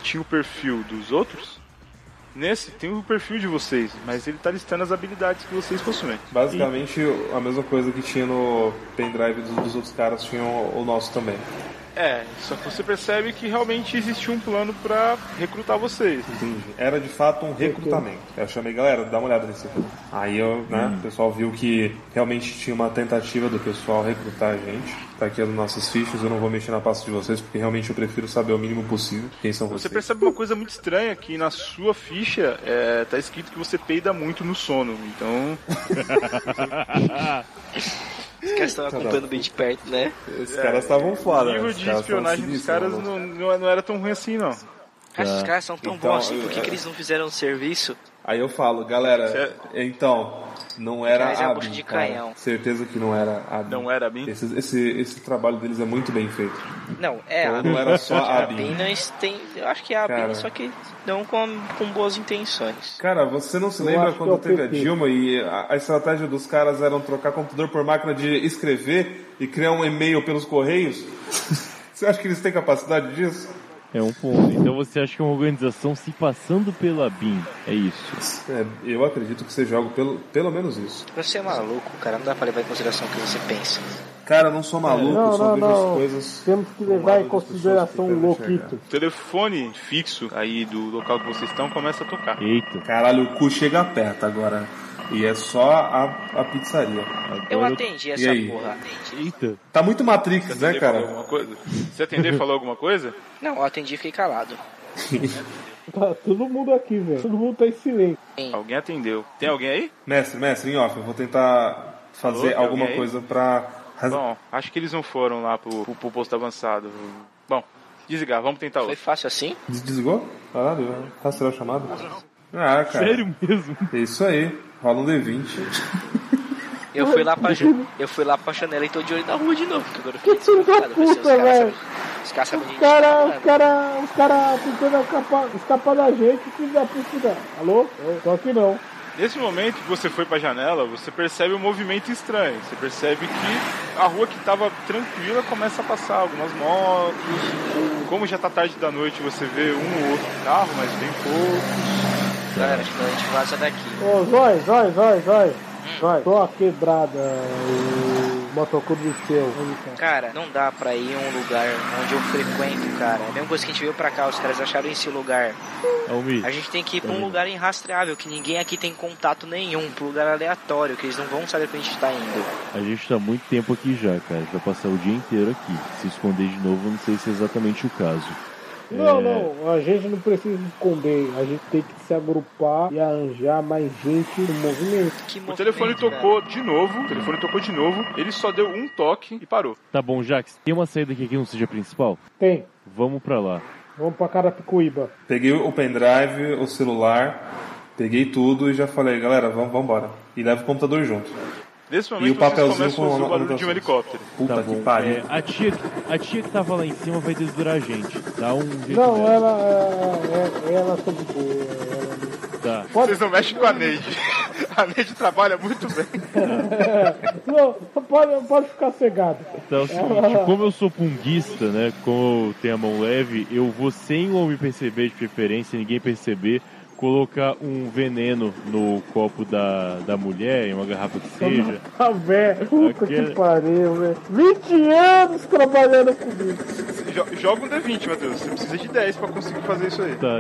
Speaker 2: tinha o perfil dos outros, nesse tem o perfil de vocês, mas ele tá listando as habilidades que vocês possuem.
Speaker 4: Basicamente, a mesma coisa que tinha no pendrive dos, dos outros caras tinha o, o nosso também.
Speaker 2: É, só que você percebe que realmente existia um plano pra recrutar vocês.
Speaker 4: Entendi. Era de fato um recrutamento. Eu chamei, galera, dá uma olhada nisso aqui. Aí eu, né,
Speaker 2: Hum.
Speaker 4: o pessoal viu que realmente tinha uma tentativa do pessoal recrutar a gente. Tá aqui as nossas fichas, eu não vou mexer na pasta de vocês, porque realmente eu prefiro saber o mínimo possível quem são
Speaker 2: Você
Speaker 4: vocês.
Speaker 2: percebe uma coisa muito estranha que na sua ficha é, tá escrito que você peida muito no sono. Então,
Speaker 9: <laughs> Os caras
Speaker 4: Tá.
Speaker 9: estão acompanhando bem de perto, né?
Speaker 4: Esses caras estavam foda. né?
Speaker 2: o é, nível
Speaker 4: esses
Speaker 2: de
Speaker 4: caras estavam
Speaker 2: espionagem dos
Speaker 4: sinistros, né,
Speaker 2: caras né?
Speaker 4: mano.
Speaker 2: não, não, não era tão ruim assim, não.
Speaker 9: Cara, esses caras são tão
Speaker 4: Então,
Speaker 9: bons assim, por
Speaker 4: é.
Speaker 9: que, que eles não fizeram um serviço?
Speaker 4: Aí eu falo, galera,
Speaker 2: é
Speaker 4: então, não era
Speaker 9: Cara, já
Speaker 4: hábil,
Speaker 9: bucha de
Speaker 4: cara.
Speaker 9: canhão.
Speaker 4: Certeza que não era hábil.
Speaker 2: Não é, era bem.
Speaker 4: Esse, esse, esse trabalho deles é muito bem feito.
Speaker 9: Não, é
Speaker 4: Então,
Speaker 9: a
Speaker 4: não era
Speaker 9: <laughs>
Speaker 4: só
Speaker 9: a
Speaker 4: hábil.
Speaker 9: Binance tem. Eu acho que é a
Speaker 4: Cara.
Speaker 9: Binance, só que não com, com boas intenções.
Speaker 4: Cara, você não se
Speaker 5: Eu
Speaker 4: lembra
Speaker 5: acho
Speaker 4: quando
Speaker 5: que é o
Speaker 4: teve a
Speaker 5: PP?
Speaker 4: Dilma e a, a estratégia dos caras era trocar computador por máquina de escrever e criar um e-mail pelos
Speaker 5: <laughs>
Speaker 4: correios? você acha que eles têm capacidade disso?
Speaker 3: É um ponto. Então você acha que é uma organização se passando pela BIM. É isso.
Speaker 4: É, eu acredito que você joga pelo, pelo menos isso.
Speaker 9: Você é maluco, cara, não dá pra levar em consideração o que você pensa.
Speaker 4: Cara, eu não sou maluco, eu
Speaker 5: É, Não,
Speaker 4: só
Speaker 5: não,
Speaker 4: vejo as
Speaker 5: não.
Speaker 4: coisas.
Speaker 5: Temos que
Speaker 4: do lado
Speaker 5: levar em
Speaker 4: das
Speaker 5: consideração o
Speaker 4: pessoas que querem
Speaker 5: louquito.
Speaker 2: O telefone fixo aí do local que vocês estão começa a tocar.
Speaker 3: Eita.
Speaker 4: Caralho, o cu chega perto agora. E é só a, a pizzaria.
Speaker 3: Agora
Speaker 9: Eu atendi essa
Speaker 4: aí?
Speaker 9: porra.
Speaker 3: Eita.
Speaker 4: Tá muito Matrix, né,
Speaker 2: Ele falou
Speaker 4: cara?
Speaker 2: alguma coisa? Você atender e falou alguma coisa?
Speaker 9: Não, eu atendi e fiquei calado.
Speaker 5: Tá todo mundo aqui, velho. Todo mundo tá em silêncio.
Speaker 2: Alguém atendeu. Tem alguém aí?
Speaker 4: Mestre, mestre, em off, eu vou tentar
Speaker 2: Alô,
Speaker 4: fazer
Speaker 2: tem
Speaker 4: alguma
Speaker 2: alguém aí?
Speaker 4: coisa pra.
Speaker 2: Bom, acho que eles não foram lá pro, pro- pro posto avançado. Bom, desligar, vamos tentar
Speaker 9: Foi
Speaker 2: outro.
Speaker 9: fácil assim?
Speaker 4: né? Tá, Des- Desligou? Caralho, cancelou a chamada? Ah, cara.
Speaker 3: Sério mesmo?
Speaker 4: É isso aí. Rola um D20.
Speaker 9: Eu fui lá pra, Ju- eu fui lá pra janela e tô de olho na rua de novo, porque agora eu fiquei
Speaker 5: Que filho da
Speaker 9: desesperado. Vai ser os
Speaker 5: puta,
Speaker 9: caras
Speaker 5: velho.
Speaker 9: sabem- Os caras sabem onde a
Speaker 5: Os
Speaker 9: gente tá,
Speaker 5: caras
Speaker 9: mano.
Speaker 5: os cara, os cara tentando escapar, escapar da gente, filho da puta. Alô? Eu tô aqui não.
Speaker 2: Nesse momento que você foi pra janela, você percebe um movimento estranho. Você percebe que a rua que estava tranquila começa a passar algumas motos. Como já tá tarde da noite, você vê um ou outro carro, mas bem poucos.
Speaker 9: Galera, acho que a gente vaza daqui.
Speaker 5: Ô, Zói, Zói, Zói, Zói. Zói, tô a quebrada o motoclube seu.
Speaker 9: Cara, não dá pra ir em um lugar onde eu frequento, cara. É a mesma coisa que a gente veio pra cá, os caras acharam esse lugar.
Speaker 3: Almi,
Speaker 9: A gente tem que ir pra um lugar irrastreável, que ninguém aqui tem contato nenhum, pra um lugar aleatório, que eles não vão saber pra gente tá indo.
Speaker 3: a gente tá muito tempo aqui já, cara. A gente vai passar o dia inteiro aqui. Se esconder de novo, eu não sei se é exatamente o caso.
Speaker 5: Não,
Speaker 3: É.
Speaker 5: não, a gente não precisa esconder, a gente tem que se agrupar e arranjar mais gente no movimento.
Speaker 9: Que
Speaker 2: O telefone tocou de novo. O telefone tocou de novo. Ele só deu um toque e parou.
Speaker 3: Tá bom, Jax, tem uma saída aqui que não seja a principal?
Speaker 5: Tem,
Speaker 3: Vamos pra lá.
Speaker 5: vamos pra Carapicuíba.
Speaker 4: Peguei o pendrive, o celular, peguei tudo e já falei, galera, vamos vambora. E leva o computador junto.
Speaker 2: Nesse
Speaker 4: E o
Speaker 2: momento, vocês
Speaker 4: papelzinho
Speaker 2: começam a
Speaker 4: com
Speaker 2: ouvir o barulho de um
Speaker 4: anotações.
Speaker 2: helicóptero.
Speaker 4: Puta
Speaker 3: tá
Speaker 4: que
Speaker 3: bom.
Speaker 4: pariu.
Speaker 3: É, a, tia, a tia que tava lá em cima vai desdurar a gente. Dá um jeito
Speaker 5: Não,
Speaker 3: dela.
Speaker 5: ela, é- é- ela tá de boa, ela-
Speaker 3: Tá.
Speaker 2: Vocês não mexem com a Neide. <laughs> A Neide trabalha muito bem.
Speaker 5: Não, pode, pode ficar cegado.
Speaker 3: Então é o seguinte, como eu sou punguista, né? Como eu tenho a mão leve, eu vou sem o homem perceber de preferência, ninguém perceber, colocar um veneno no copo da, da mulher, em uma garrafa que seja.
Speaker 5: Ah, velho, puta
Speaker 3: Aquele-
Speaker 5: que pariu, velho. 20 anos trabalhando comigo.
Speaker 2: Jo- Joga um D20, Matheus. Você precisa de 10 pra conseguir fazer isso aí.
Speaker 3: Tá,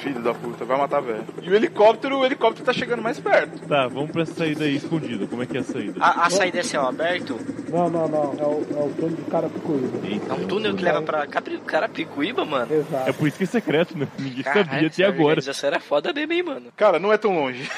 Speaker 2: Filho da puta, vai matar velho. E o helicóptero, o helicóptero tá chegando mais perto.
Speaker 3: tá, vamos pra saída aí escondida. Como é que é a saída?
Speaker 9: A, a saída é céu aberto?
Speaker 5: Não, não, não, é o, é o túnel de Carapicuíba.
Speaker 3: Eita,
Speaker 9: É um túnel que leva pra Capri- Carapicuíba, mano?
Speaker 5: Exato.
Speaker 3: É por isso que é secreto, né? Ninguém sabia
Speaker 9: Caralho,
Speaker 3: até agora.
Speaker 9: Isso era foda mesmo, hein, mano.
Speaker 2: Cara, não é tão longe.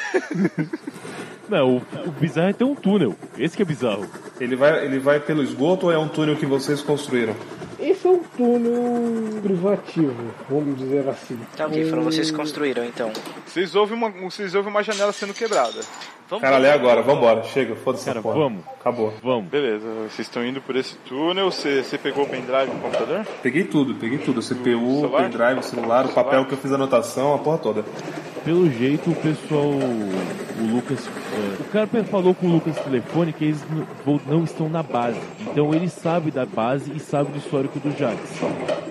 Speaker 3: Não, o, o bizarro é ter um túnel. Esse que é bizarro.
Speaker 4: Ele, vai, ele vai pelo esgoto ou é um túnel que vocês construíram?
Speaker 5: Esse é um túnel privativo, vamos dizer assim.
Speaker 9: Tá ok, foram vocês que construíram, então.
Speaker 2: Vocês ouvem uma, vocês ouvem uma janela sendo quebrada.
Speaker 9: Vamos
Speaker 4: Caralho, é agora, vambora. Chega, foda-se.
Speaker 3: Cara,
Speaker 4: essa porra.
Speaker 3: vamos.
Speaker 4: Acabou.
Speaker 3: Vamos.
Speaker 2: Beleza, vocês estão indo por esse túnel. Você, você pegou o pendrive no computador?
Speaker 4: Peguei tudo, peguei tudo. CPU,
Speaker 2: Hum, Celular?
Speaker 4: pendrive, celular, o papel que eu fiz a anotação, a porra toda.
Speaker 3: Pelo jeito, o pessoal. O Lucas. é, o cara falou com o Lucas no telefone que eles n- vo- não estão na base. Então ele sabe da base e sabe do histórico do Jax.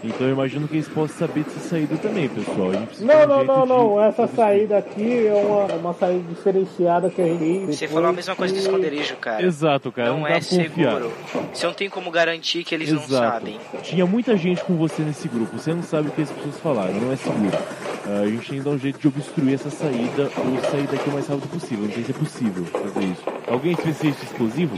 Speaker 3: Então eu imagino que eles possam saber dessa saída também, pessoal. A gente precisa
Speaker 5: Não,
Speaker 3: dar um
Speaker 5: não, não,
Speaker 3: jeito
Speaker 5: não.
Speaker 3: de-
Speaker 5: Essa
Speaker 3: de-
Speaker 5: saída aqui é uma, é uma saída diferenciada que a gente.
Speaker 9: Você
Speaker 5: depois
Speaker 9: falou a mesma coisa do
Speaker 5: que-
Speaker 9: esconderijo, cara.
Speaker 3: Exato, cara. Não,
Speaker 9: Não
Speaker 3: dá
Speaker 9: é
Speaker 3: pra confiar.
Speaker 9: seguro. Você não tem como garantir que eles não
Speaker 3: Exato.
Speaker 9: sabem.
Speaker 3: Tinha muita gente com você nesse grupo. Você não sabe o que as pessoas falaram. Não é seguro. Ah, a gente tem que dar um jeito de obstruir essa saída ou sair daqui o mais rápido possível. Não sei se é possível fazer isso. Alguém fez isso explosivo?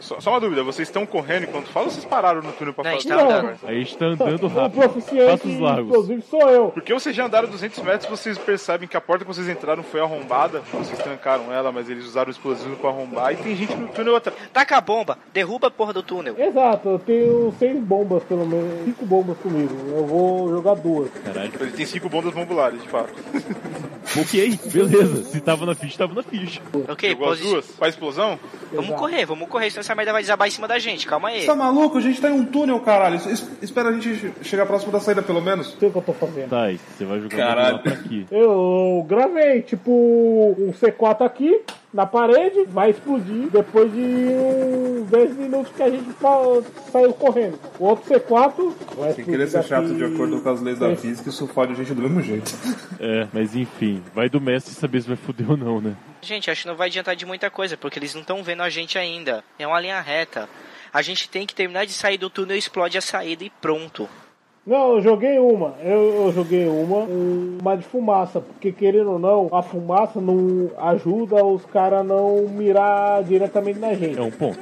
Speaker 2: Só, só uma dúvida, vocês estão correndo enquanto fala ou vocês pararam no túnel pra
Speaker 9: Não, a gente
Speaker 2: fazer?
Speaker 9: tá
Speaker 5: Não.
Speaker 9: andando.
Speaker 3: A gente tá andando
Speaker 5: O
Speaker 3: rápido.
Speaker 5: proficiente,
Speaker 3: Passos largos.
Speaker 5: inclusive, sou eu.
Speaker 2: Porque vocês já andaram 200 metros, vocês percebem que a porta que vocês entraram foi arrombada. Vocês trancaram ela, mas eles usaram o explosivo pra arrombar. E tem gente no túnel atrás.
Speaker 9: Taca a bomba, derruba a porra do túnel.
Speaker 5: Exato, eu tenho seis bombas, pelo menos. Cinco bombas comigo. Eu vou jogar duas.
Speaker 3: Caralho.
Speaker 2: Ele tem Então, cinco bombas bombulares, de fato.
Speaker 3: Ok, beleza. Se tava na ficha, tava na ficha.
Speaker 9: Ok,
Speaker 2: Pegou as
Speaker 9: posi...
Speaker 2: duas? Com a explosão?
Speaker 9: vamos
Speaker 5: Exato.
Speaker 9: correr, vamos correr, senão essa merda vai desabar em cima da gente. Calma aí.
Speaker 4: Você tá maluco? A gente tá em um túnel, caralho. Es- Espera a gente chegar próximo da saída, pelo menos.
Speaker 5: Não sei o que eu tô fazendo.
Speaker 3: Tá, e você vai jogar
Speaker 4: Caralho.
Speaker 3: lá pra aqui.
Speaker 5: Eu gravei, tipo, um C4 aqui na parede, vai explodir depois de uns 10 minutos que a gente sa- saiu correndo. O outro C4 vai
Speaker 4: Sem
Speaker 5: explodir.
Speaker 4: querer ser
Speaker 5: daqui-
Speaker 4: chato de acordo com as leis da
Speaker 5: Sim.
Speaker 4: física, isso fode a gente do mesmo jeito.
Speaker 3: É, mas enfim, vai do mestre saber se vai foder ou não, né?
Speaker 9: Gente, acho que não vai adiantar de muita coisa, porque eles não estão vendo a gente ainda. É uma linha reta. A gente tem que terminar de sair do túnel, explode a saída e pronto.
Speaker 5: Não, eu joguei uma. Eu, eu joguei uma, uma de fumaça, porque querendo ou não, a fumaça não ajuda os caras não mirar diretamente na gente.
Speaker 3: É um ponto.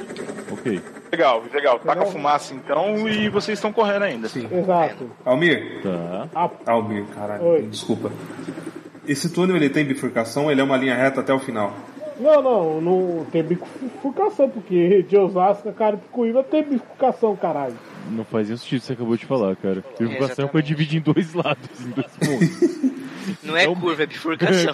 Speaker 3: Ok.
Speaker 2: Legal, legal. Taca a fumaça então e vocês estão correndo ainda. Sim.
Speaker 5: Exato.
Speaker 4: Almir,
Speaker 3: Tá.
Speaker 4: Almir, caralho,
Speaker 5: Oi.
Speaker 4: desculpa. Esse túnel ele tem bifurcação, ele é uma linha reta até o final.
Speaker 5: Não, não, não tem bifurcação, porque de Osasco, cara, Picuíba tem bifurcação, caralho.
Speaker 3: Não faz nenhum sentido o que você acabou de falar, cara. Bifurcação é
Speaker 9: Exatamente.
Speaker 3: quando divide em dois lados, em dois pontos. Então-
Speaker 9: Não é curva,
Speaker 3: <laughs>
Speaker 9: é bifurcação.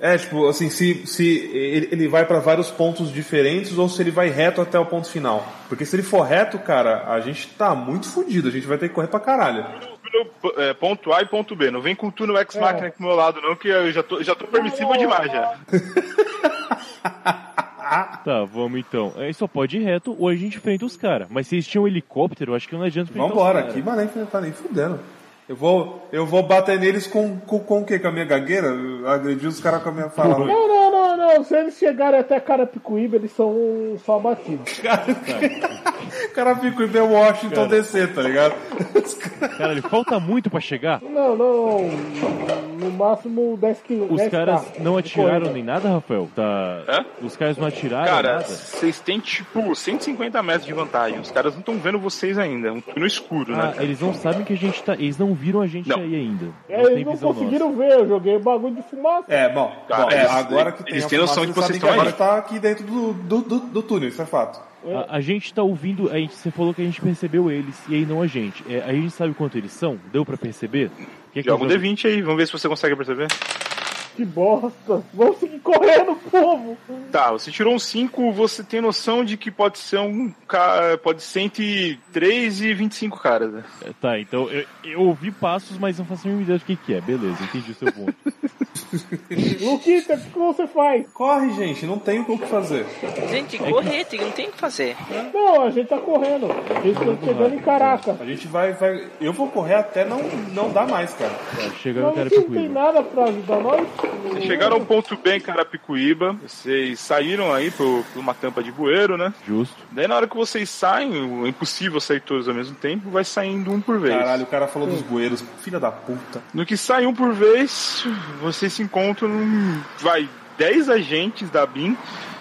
Speaker 4: É, tipo, assim, se, se ele, ele vai pra vários pontos diferentes ou se ele vai reto até o ponto final. Porque se ele for reto, cara, a gente tá muito fudido, a gente vai ter que correr pra caralho.
Speaker 2: É, ponto A e ponto B. Não vem com tu no X-Máquina aqui pro meu lado, não, que eu já tô, já tô permissivo demais já.
Speaker 3: Tá, vamos então. Aí só pode ir reto ou a gente enfrenta os caras. Mas se eles tinham um helicóptero, acho que não adianta enfrentar
Speaker 4: Vambora,
Speaker 3: os
Speaker 4: aqui,
Speaker 3: caras.
Speaker 4: mas nem tá nem fudendo. Eu vou, eu vou bater neles com, com, com o quê? Com a minha gagueira? Eu agredi os caras com a minha fala.
Speaker 5: Não, não, não, não. Se eles chegarem até Carapicuíba, eles são só batidos.
Speaker 4: o cara fica em meu Washington DC, tá ligado?
Speaker 3: Caralho, falta muito pra chegar.
Speaker 5: Não, não. No máximo 10 quilos.
Speaker 3: Os caras não atiraram nem nada, Rafael? Tá... Os caras não atiraram
Speaker 2: Cara,
Speaker 3: nada?
Speaker 2: vocês têm tipo 150 metros de vantagem. Os caras não estão vendo vocês ainda. Um túnel escuro, né?
Speaker 3: Ah, eles não sabem que a gente tá... Eles não viram a gente
Speaker 2: Não.
Speaker 3: aí ainda.
Speaker 5: É, eles não conseguiram ver, eu joguei o bagulho de fumaça.
Speaker 4: É, bom,
Speaker 2: Cara,
Speaker 4: bom, é,
Speaker 2: eles-
Speaker 4: agora que tem
Speaker 2: eles
Speaker 4: a
Speaker 2: têm noção
Speaker 4: fumaça,
Speaker 2: de que vocês
Speaker 4: eles sabem
Speaker 2: estão
Speaker 4: agora tá aqui dentro do, do, do, do túnel, isso é fato.
Speaker 3: A, a gente tá ouvindo, a gente, você falou que a gente percebeu eles, e aí não a gente. É, a gente sabe quanto eles são? Deu pra perceber? Quer é que eu
Speaker 2: Joga um D20 aí, vamos ver se você consegue perceber.
Speaker 5: Que bosta. Vamos seguir correndo, povo.
Speaker 2: Tá, você tirou um 5, você tem noção de que pode ser um. ca- Pode ser entre 3 e 25 caras. né?
Speaker 3: É, Tá, então eu, eu ouvi passos, mas não faço a mínima ideia do que, que é. Beleza, entendi o seu
Speaker 5: <laughs>
Speaker 3: ponto.
Speaker 5: Luquita, o que que você faz?
Speaker 4: Corre, gente, não tem o que fazer.
Speaker 9: Gente, correr, tem- não tem o que fazer.
Speaker 5: Não, a gente tá correndo. Eles estão chegando em Caraca.
Speaker 4: A gente vai, vai. Eu vou correr até não, não dar mais, cara.
Speaker 3: Tá, chega no
Speaker 5: Não,
Speaker 3: cara
Speaker 5: eles não tem
Speaker 3: picuíba.
Speaker 5: nada pra ajudar nós.
Speaker 2: Vocês chegaram ao ponto bem, Carapicuíba. Vocês saíram aí por, por uma tampa de bueiro, né?
Speaker 3: Justo.
Speaker 2: Daí na hora que vocês saem, é impossível sair todos ao mesmo tempo, vai saindo um por vez.
Speaker 4: Caralho, o cara falou dos bueiros, filha da puta.
Speaker 2: No que sai um por vez, vocês se encontram, vai, 10 agentes da BIM,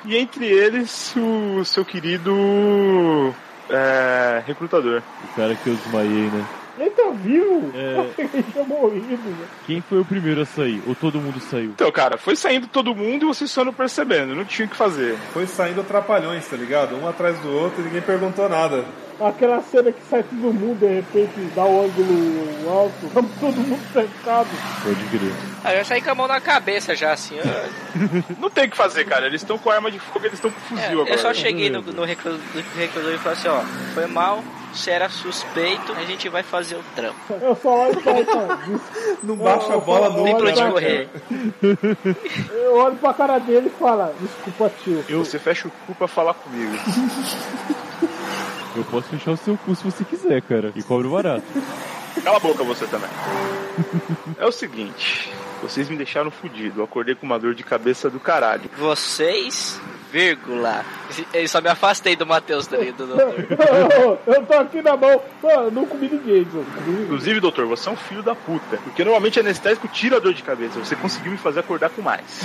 Speaker 2: e entre eles o seu querido é, recrutador.
Speaker 3: O cara que eu desmaiei, né?
Speaker 5: Ele tá vivo.
Speaker 3: É.
Speaker 5: Eu achei que <laughs> Ele tinha morrido. velho.
Speaker 3: Quem foi o primeiro a sair? Ou todo mundo saiu?
Speaker 2: Então, cara, foi saindo todo mundo e vocês só não percebendo, não tinha o que fazer.
Speaker 4: Foi saindo atrapalhões, tá ligado? Um atrás do outro e ninguém perguntou nada.
Speaker 5: Aquela cena que sai todo mundo, de repente, dá o ângulo alto. <laughs> Estamos todo mundo cercado.
Speaker 3: Pode crer.
Speaker 9: Aí Ah, eu saí com a mão na cabeça já, assim. ó.
Speaker 2: Não tem o que fazer, cara, eles estão com arma de fogo, eles estão com
Speaker 9: É,
Speaker 2: fuzil
Speaker 9: eu
Speaker 2: agora.
Speaker 9: só cheguei no, no recru- no recrutador e falei assim, ó, foi mal, você era suspeito, a gente vai fazer o trampo.
Speaker 5: Eu só olho pra cara.
Speaker 4: Não baixa a bola né?
Speaker 5: Olha,
Speaker 9: Tem
Speaker 4: nunca.
Speaker 9: pra onde
Speaker 5: cara.
Speaker 9: correr.
Speaker 5: Eu olho pra cara dele e falo, desculpa, tio.
Speaker 2: Você fecha o cu pra falar comigo.
Speaker 3: Eu posso fechar o seu cu se você quiser, cara. E cobro barato.
Speaker 2: Cala a boca você também. É o seguinte, vocês me deixaram fudido, eu acordei com uma dor de cabeça do caralho.
Speaker 9: Vocês, vírgula. Eu só me afastei do Matheus, tá ligado? Do- do-
Speaker 5: <laughs> eu tô aqui na mão. Mano, não comi ninguém, João. Comi ninguém.
Speaker 2: Inclusive, doutor, você é um filho da puta. Porque normalmente é anestésico tira a dor de cabeça. Você conseguiu me fazer acordar com mais.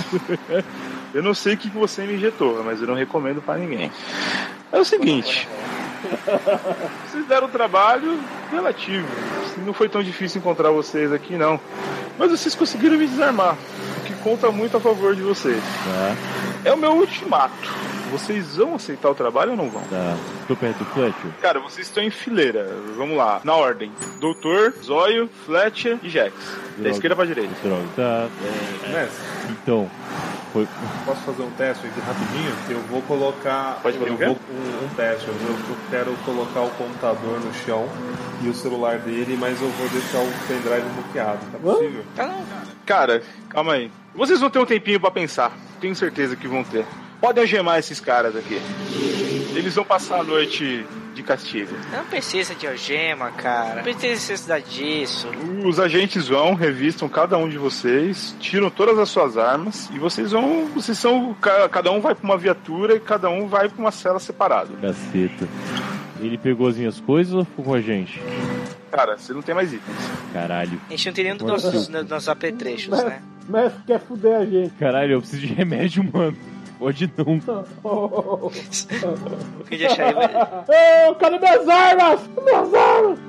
Speaker 2: <laughs> eu não sei o que que você me injetou, mas eu não recomendo pra ninguém. É o seguinte. Vocês deram um trabalho relativo. Não foi tão difícil encontrar vocês aqui, não. Mas vocês conseguiram me desarmar. O que conta muito a favor de vocês.
Speaker 3: Tá,
Speaker 2: É o meu ultimato. Vocês vão aceitar o trabalho ou não vão?
Speaker 3: tá. Tô perto do Fletcher?
Speaker 2: Cara, vocês estão em fileira. Vamos lá, na ordem. Doutor, Zóio, Fletcher e Jax. Da
Speaker 3: Droga.
Speaker 2: esquerda pra direita.
Speaker 3: Droga. Tá, é,
Speaker 4: Mestre,
Speaker 3: então. Foi...
Speaker 4: né? posso fazer um teste aqui rapidinho? Eu vou colocar.
Speaker 2: Pode fazer
Speaker 4: eu
Speaker 2: o quê?
Speaker 4: vou, um, um teste. Eu, vou- eu quero colocar o computador no chão e o celular dele, mas eu vou deixar o pendrive bloqueado. Tá possível?
Speaker 9: Tá não.
Speaker 2: Cara, calma aí. Vocês vão ter um tempinho pra pensar. Tenho certeza que vão ter. Podem algemar esses caras aqui. Eles vão passar a noite de castigo.
Speaker 9: Não precisa de algema, cara. Não precisa de necessidade disso.
Speaker 2: Os agentes vão, revistam cada um de vocês, tiram todas as suas armas e vocês vão. Vocês são. ca- Cada um vai pra uma viatura e cada um vai pra uma cela separada.
Speaker 3: Caceta. Ele pegou as minhas coisas ou ficou com a gente?
Speaker 2: Cara, você não tem mais itens.
Speaker 3: Caralho.
Speaker 9: A gente não tem nenhum dos nossos, dos nossos apetrechos, né?
Speaker 5: Mestre quer fuder a gente. <laughs>
Speaker 3: Caralho, eu preciso de remédio, mano. Pode não.
Speaker 9: Eu queria deixar ele...
Speaker 5: <laughs> Ô, cadê minhas armas? Minhas armas!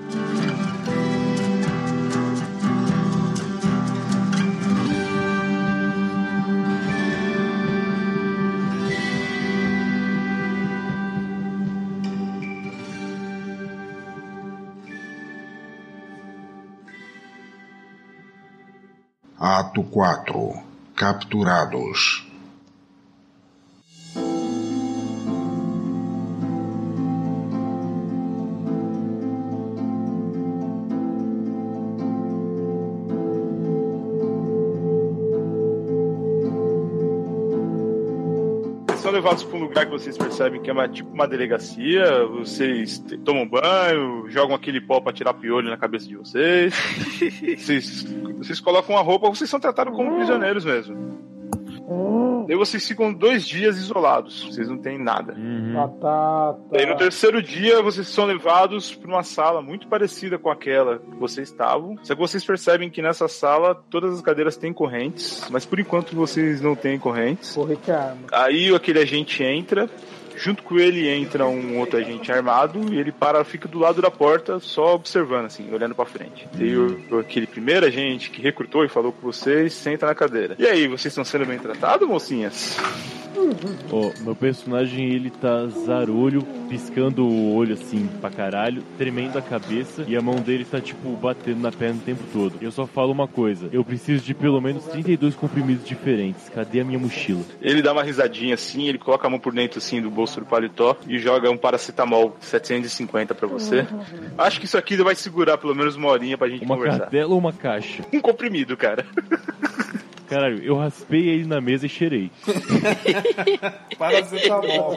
Speaker 1: Ato 4 Capturados
Speaker 2: Vocês são levados para um lugar que vocês percebem que é uma, tipo uma delegacia. Vocês te- tomam banho, jogam aquele pó para tirar piolho na cabeça de vocês. vocês. Vocês colocam a roupa, vocês são tratados como prisioneiros mesmo. Daí vocês ficam dois dias isolados, vocês não têm nada.
Speaker 5: Batata.
Speaker 2: Daí no terceiro dia vocês são levados para uma sala muito parecida com aquela que vocês estavam. Só que vocês percebem que nessa sala todas as cadeiras têm correntes, mas por enquanto vocês não têm correntes.
Speaker 5: Porra, que é arma.
Speaker 2: Aí aquele agente entra, junto com ele entra um outro agente armado e ele para, fica do lado da porta, só observando assim, olhando pra frente. E o, aquele primeiro agente que recrutou e falou com vocês, senta na cadeira. E aí, vocês estão sendo bem tratados, mocinhas?
Speaker 3: Ó, meu personagem, ele tá zarolho, piscando o olho assim pra caralho, tremendo a cabeça e a mão dele tá tipo batendo na perna o tempo todo. Eu só falo uma coisa: eu preciso de pelo menos 32 comprimidos diferentes. Cadê a minha mochila?
Speaker 2: Ele dá uma risadinha assim, ele coloca a mão por dentro assim do bolso do paletó e joga um paracetamol 750 pra você. Acho que isso aqui vai segurar pelo menos uma horinha pra gente
Speaker 3: Uma
Speaker 2: conversar.
Speaker 3: cartela ou uma caixa?
Speaker 2: Um comprimido, cara.
Speaker 3: Caralho, eu raspei ele na mesa e cheirei.
Speaker 4: Paracetamol.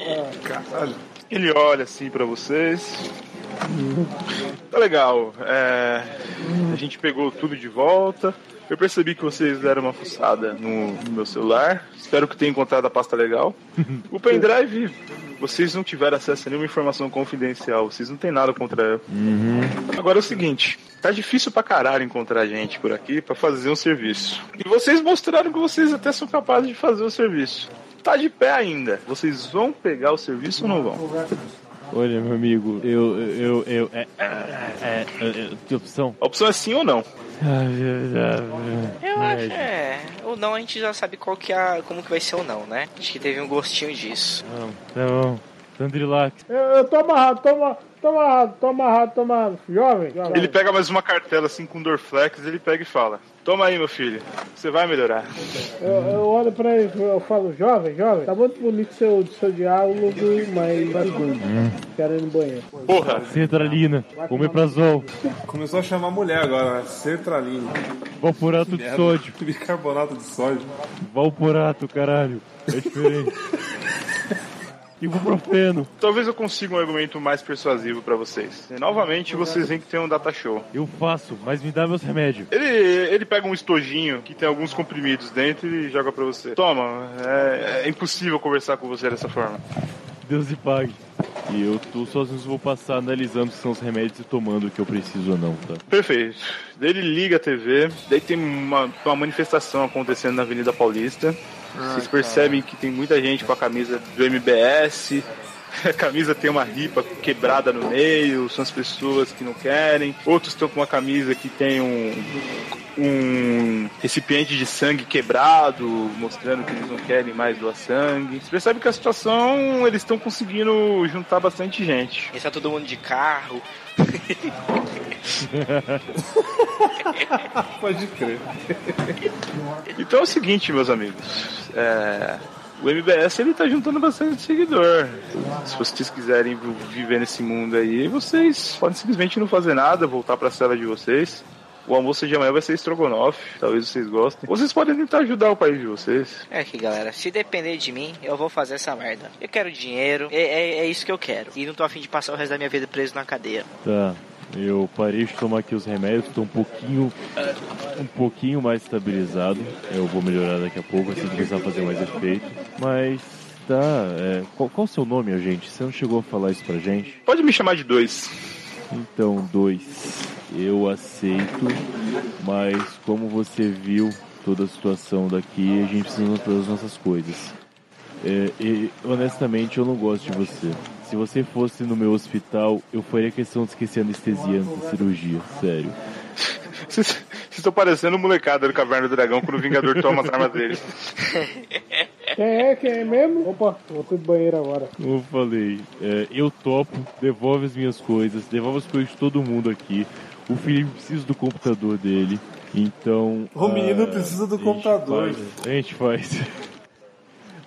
Speaker 2: Ele olha assim pra vocês. Tá legal. é, a gente pegou tudo de volta. Eu percebi que vocês deram uma fuçada no, no meu celular. Espero que tenha encontrado a pasta legal. O pendrive, vocês não tiveram acesso a nenhuma informação confidencial. Vocês não têm nada contra Agora é o seguinte, tá difícil pra caralho encontrar gente por aqui pra fazer um serviço. E vocês mostraram que vocês até são capazes de fazer o serviço. Tá de pé ainda. Vocês vão pegar o serviço ou não vão?
Speaker 3: Olha, meu amigo, eu. Eu. Eu. É. É. é, é tem opção?
Speaker 2: A opção é sim ou não.
Speaker 3: Ah, Eu ah,
Speaker 9: Eu acho, é. Ou não, a gente já sabe qual que é, a- como que vai ser ou não, né? Acho que teve um gostinho disso.
Speaker 3: Tá bom. Sandrilax.
Speaker 5: Eu, eu tô amarrado, tô amarrado, tô amarrado, tô amarrado, tô amarrado. Jovem, jovem.
Speaker 2: Ele pega mais uma cartela assim com Dorflex, ele pega e fala: Toma aí, meu filho, você vai melhorar.
Speaker 5: Eu, eu olho pra ele eu falo, jovem, jovem, tá muito bonito seu, seu diálogo, mas vai segundo. Quero ir no banheiro.
Speaker 2: Porra,
Speaker 3: Cetralina. Omeprazol.
Speaker 4: Começou a chamar mulher agora, né? Cetralina.
Speaker 3: Valporato de
Speaker 4: Merda.
Speaker 3: sódio.
Speaker 4: Bicarbonato de sódio.
Speaker 3: Valporato, caralho. É <laughs> diferente. Ibuprofeno.
Speaker 2: talvez eu consiga um argumento mais persuasivo pra vocês. E, novamente, vocês veem que tem um data show.
Speaker 3: Eu faço, mas me dá meus remédios.
Speaker 2: Ele, ele pega um estojinho que tem alguns comprimidos dentro e joga pra você. Toma, é, é impossível conversar com você dessa forma.
Speaker 3: Que Deus lhe pague. E eu tô sozinho, vou passar analisando se são os remédios e tomando o que eu preciso ou não, tá?
Speaker 2: Perfeito. Daí ele liga a TV, daí tem uma, uma manifestação acontecendo na Avenida Paulista. Vocês percebem que tem muita gente com a camisa do MBS. <laughs> A camisa tem uma ripa quebrada no meio, são as pessoas que não querem. Outros estão com uma camisa que tem um, um recipiente de sangue quebrado, mostrando que eles não querem mais doar sangue. Você percebe que a situação, eles estão conseguindo juntar bastante gente.
Speaker 9: Esse é todo mundo de carro.
Speaker 4: Pode crer.
Speaker 2: Então é o seguinte, meus amigos. é, O MBS ele tá juntando bastante seguidor. Se vocês quiserem vi- viver nesse mundo aí, vocês podem simplesmente não fazer nada, voltar pra cela de vocês. O almoço de amanhã vai ser estrogonofe, talvez vocês gostem. Vocês podem tentar ajudar o país de vocês.
Speaker 9: É aqui, galera. Se depender de mim, eu vou fazer essa merda. Eu quero dinheiro. É, é, é isso que eu quero. E não tô afim de passar o resto da minha vida preso na cadeia.
Speaker 3: Tá. Eu parei de tomar aqui os remédios, tô um pouquinho. um pouquinho mais estabilizado. Eu vou melhorar daqui a pouco, assim que começar a fazer mais efeito. Mas tá. é, qual, qual o seu nome, gente? Você não chegou a falar isso pra gente?
Speaker 2: Pode me chamar de dois. <laughs>
Speaker 3: Então, dois, eu aceito, mas como você viu toda a situação daqui, a gente precisa das das nossas coisas. É, e, honestamente, eu não gosto de você. Se você fosse no meu hospital, eu faria questão de esquecer a anestesia antes da cirurgia, sério.
Speaker 2: Vocês vocês estão parecendo o molecada do Caverna do Dragão quando o Vingador toma as armas dele.
Speaker 5: Quem é? Quem é mesmo? Opa, vou ter banheiro agora.
Speaker 3: Como eu falei, é, eu topo, devolve as minhas coisas, devolve as coisas de todo mundo aqui. O Felipe precisa do computador dele. Então.
Speaker 4: O
Speaker 3: ah,
Speaker 4: menino precisa do
Speaker 3: a gente
Speaker 4: computador,
Speaker 3: faz-
Speaker 4: gente.
Speaker 3: A gente faz. <laughs>